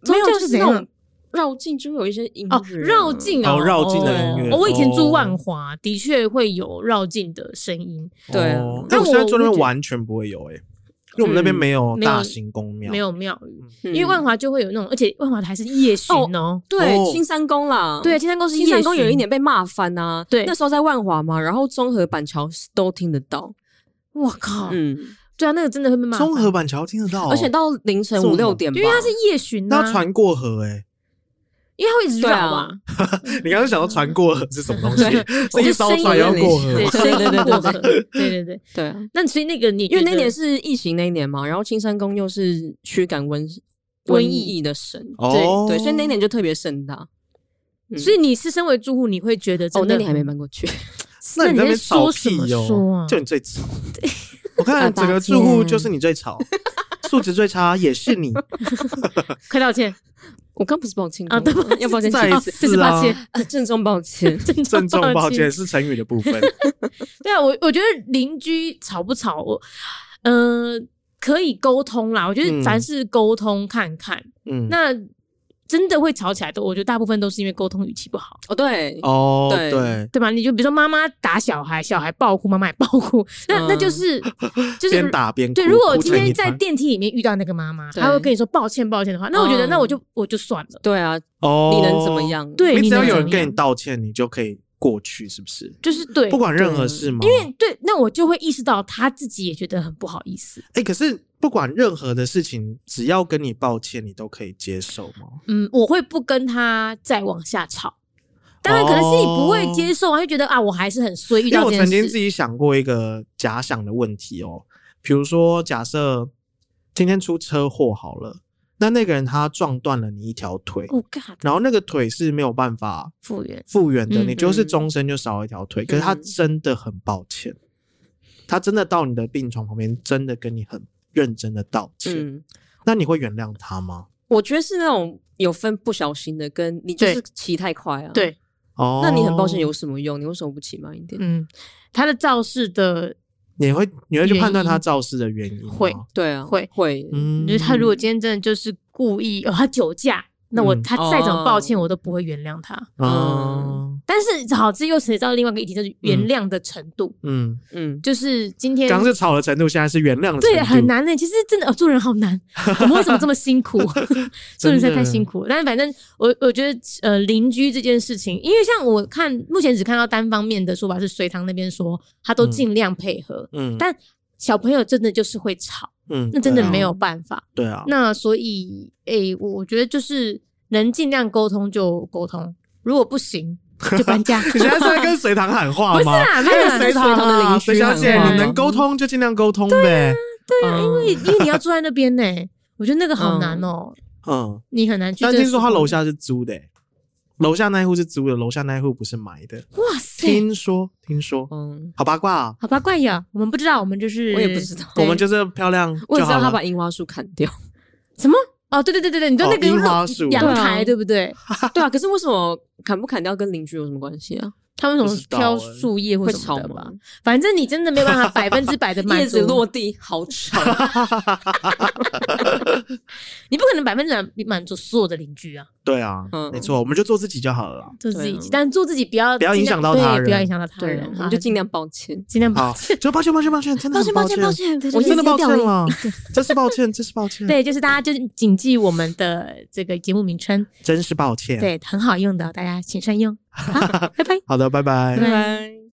宗没有教就是是怎那样种？绕境，就会有一些音乐哦，绕境哦绕境的音乐哦我以前住哦万华，的确会有绕境的声音，对啊哦但但我现在我住我那边觉得完全不会有哎、因为我们那边嗯没有没有大型公庙，没有庙宇，因因为万华就会有那种，而且万华还是夜巡哦。对哦青山宫啦，对，。青山宫是青夜山宫有一巡年被骂翻啊，对那时候在万华嘛，然后综合板桥都听得到，我靠，嗯，对啊，那个真的会被骂翻。综合板桥听得到哦、而且到凌晨这么五六点吧，对，因为它是夜巡那啊要，船过河 [LAUGHS] 哎、因为它会一直对绕啊啊，你刚刚想到船过河是什么东西？我 [LAUGHS] 是一艘船要过河对，吗，声音过河，对对对。对啊，那所以那个你，因为那年是疫情那一年嘛，然后青山宫又是驱赶瘟瘟瘟疫疫的神，哦对，所以那年就特别盛大。嗯所以你是身为住户，你会觉得真哦，的那年还没搬过去，那你在在那边说吵什屁么哟、说啊？就你 [LAUGHS] 最吵。我大看大整个住户就是你最吵， [LAUGHS] 素质最差也 [LAUGHS] 是你。快道歉我刚不是抱歉啊！对过不吗起， [LAUGHS] 要抱歉再几哦次这是次抱啊歉，啊，郑重抱歉。郑重抱歉。是成语的 [LAUGHS] 部分。对啊，我我觉得邻居吵不吵，我呃可以沟通啦。我觉得嗯凡事沟通看看，嗯，那真的会吵起来的，我觉得大部分都是因为沟通语气不好。哦，对，哦对对，对吧？你就比如说妈妈打小孩，小孩暴哭，妈妈也暴哭，那、那就嗯是就是边打边哭对，如果哭今成天一在团电梯里面遇到那个妈妈，对她会跟你说抱歉抱歉的话，那我觉得、嗯那我就我就算了。对啊，哦，你能怎么？样？对你只要能有怎人么跟样你道歉，你就可以过去，是不是？就是对，不管任何事吗？因为对，那我就会意识到她自己也觉得很不好意思。哎、可是不管任何的事情，只要跟你抱歉，你都可以接受吗？嗯，我会不跟她再往下吵。当然，可能是你不会接受啊，就觉得啊，我还是很衰，遇哦因为到我这曾经件自事。己想过一个假想的问题哦，比如说假设今天出车祸好了，那那个人他撞断了你一条腿， Oh God，然后那个腿是没有办法复原，复原的，嗯你就是终身就少一条腿。可是他真的很抱歉，他真的到你的病床旁边，真的跟你很认真的道歉，嗯，那你会原谅他吗？我觉得是那种有分不小心的，跟你就对是骑太快啊。，对，哦，那你很抱歉有什么用？你为什么不骑慢一点？嗯，她的肇事的你会你会去判原断他因肇事的原因吗会对啊，会会，嗯就是他如果今天真的就是故意，哦，他酒驾，那我嗯他再怎么抱歉，哦我都不会原谅他。嗯但是好，这又涉及到另外一个议题，就是原谅的程度。嗯，嗯，就是今天刚是吵的程度，现在是原谅的程度，对很难呢、其实真的、哦、做人好 [LAUGHS] 难，我们为什么这么辛苦？做人实在太辛苦了。但是反正我我觉得呃，邻居这件事情，因为像我看目前只看到单方面的说法是隋唐那边说他都嗯尽量配合，嗯，但小朋友真的就是会吵，嗯，那真的对啊没有办法。对啊，那所以，诶、我我觉得就是能尽量沟通就沟通，如果不 [LAUGHS] 行就搬家。你 [LAUGHS] 现在是在跟隋唐喊话吗？啊，没还有有啦隋唐隋唐的啊， [LAUGHS] 邻居隋小姐，喊话你能沟通就尽量沟通呗。对啊，因因为因为你要住在那边呢、我觉得那个好难哦、嗯，你很难去。但听说他楼，下是租的欸，楼下那一户是租的，楼下那一户不是买的。哇塞，听说，听哦说，嗯，好八卦啊！好八卦呀，我们不知道，我们就是我也不知道对我们就是漂亮我只就知道好他了把。樱花树砍掉，什么哦，对对对对对，你就哦那个樱花树阳对台啊对不对？ [LAUGHS] 对啊，可是为什么砍不砍掉跟邻居有什么关系 [LAUGHS] 啊？他们什不知么道挑欸树叶或会什么吵的吧吗？？反正你真的没有办 [LAUGHS] 法百分之百的满叶足子，落地好 [LAUGHS] 吵，你不可能百分之百满足所有的邻居啊，对啊，嗯没错，我们就做自己就好了啦。做自己对啊，但做自己不要不要影响到尽量他对人不要影响到他对人啊，，我好们就尽量抱歉。尽量 [LAUGHS] 好，就抱歉，抱歉，抱歉，真的很歉，啊歉，我真的抱掉歉了一了，真是抱歉，真是抱歉，，对，就是大家就是谨记我们的这个节目名称，真是抱歉。 [LAUGHS] 对，很好用的，大家请善用。好，拜拜。好的，拜拜对拜拜。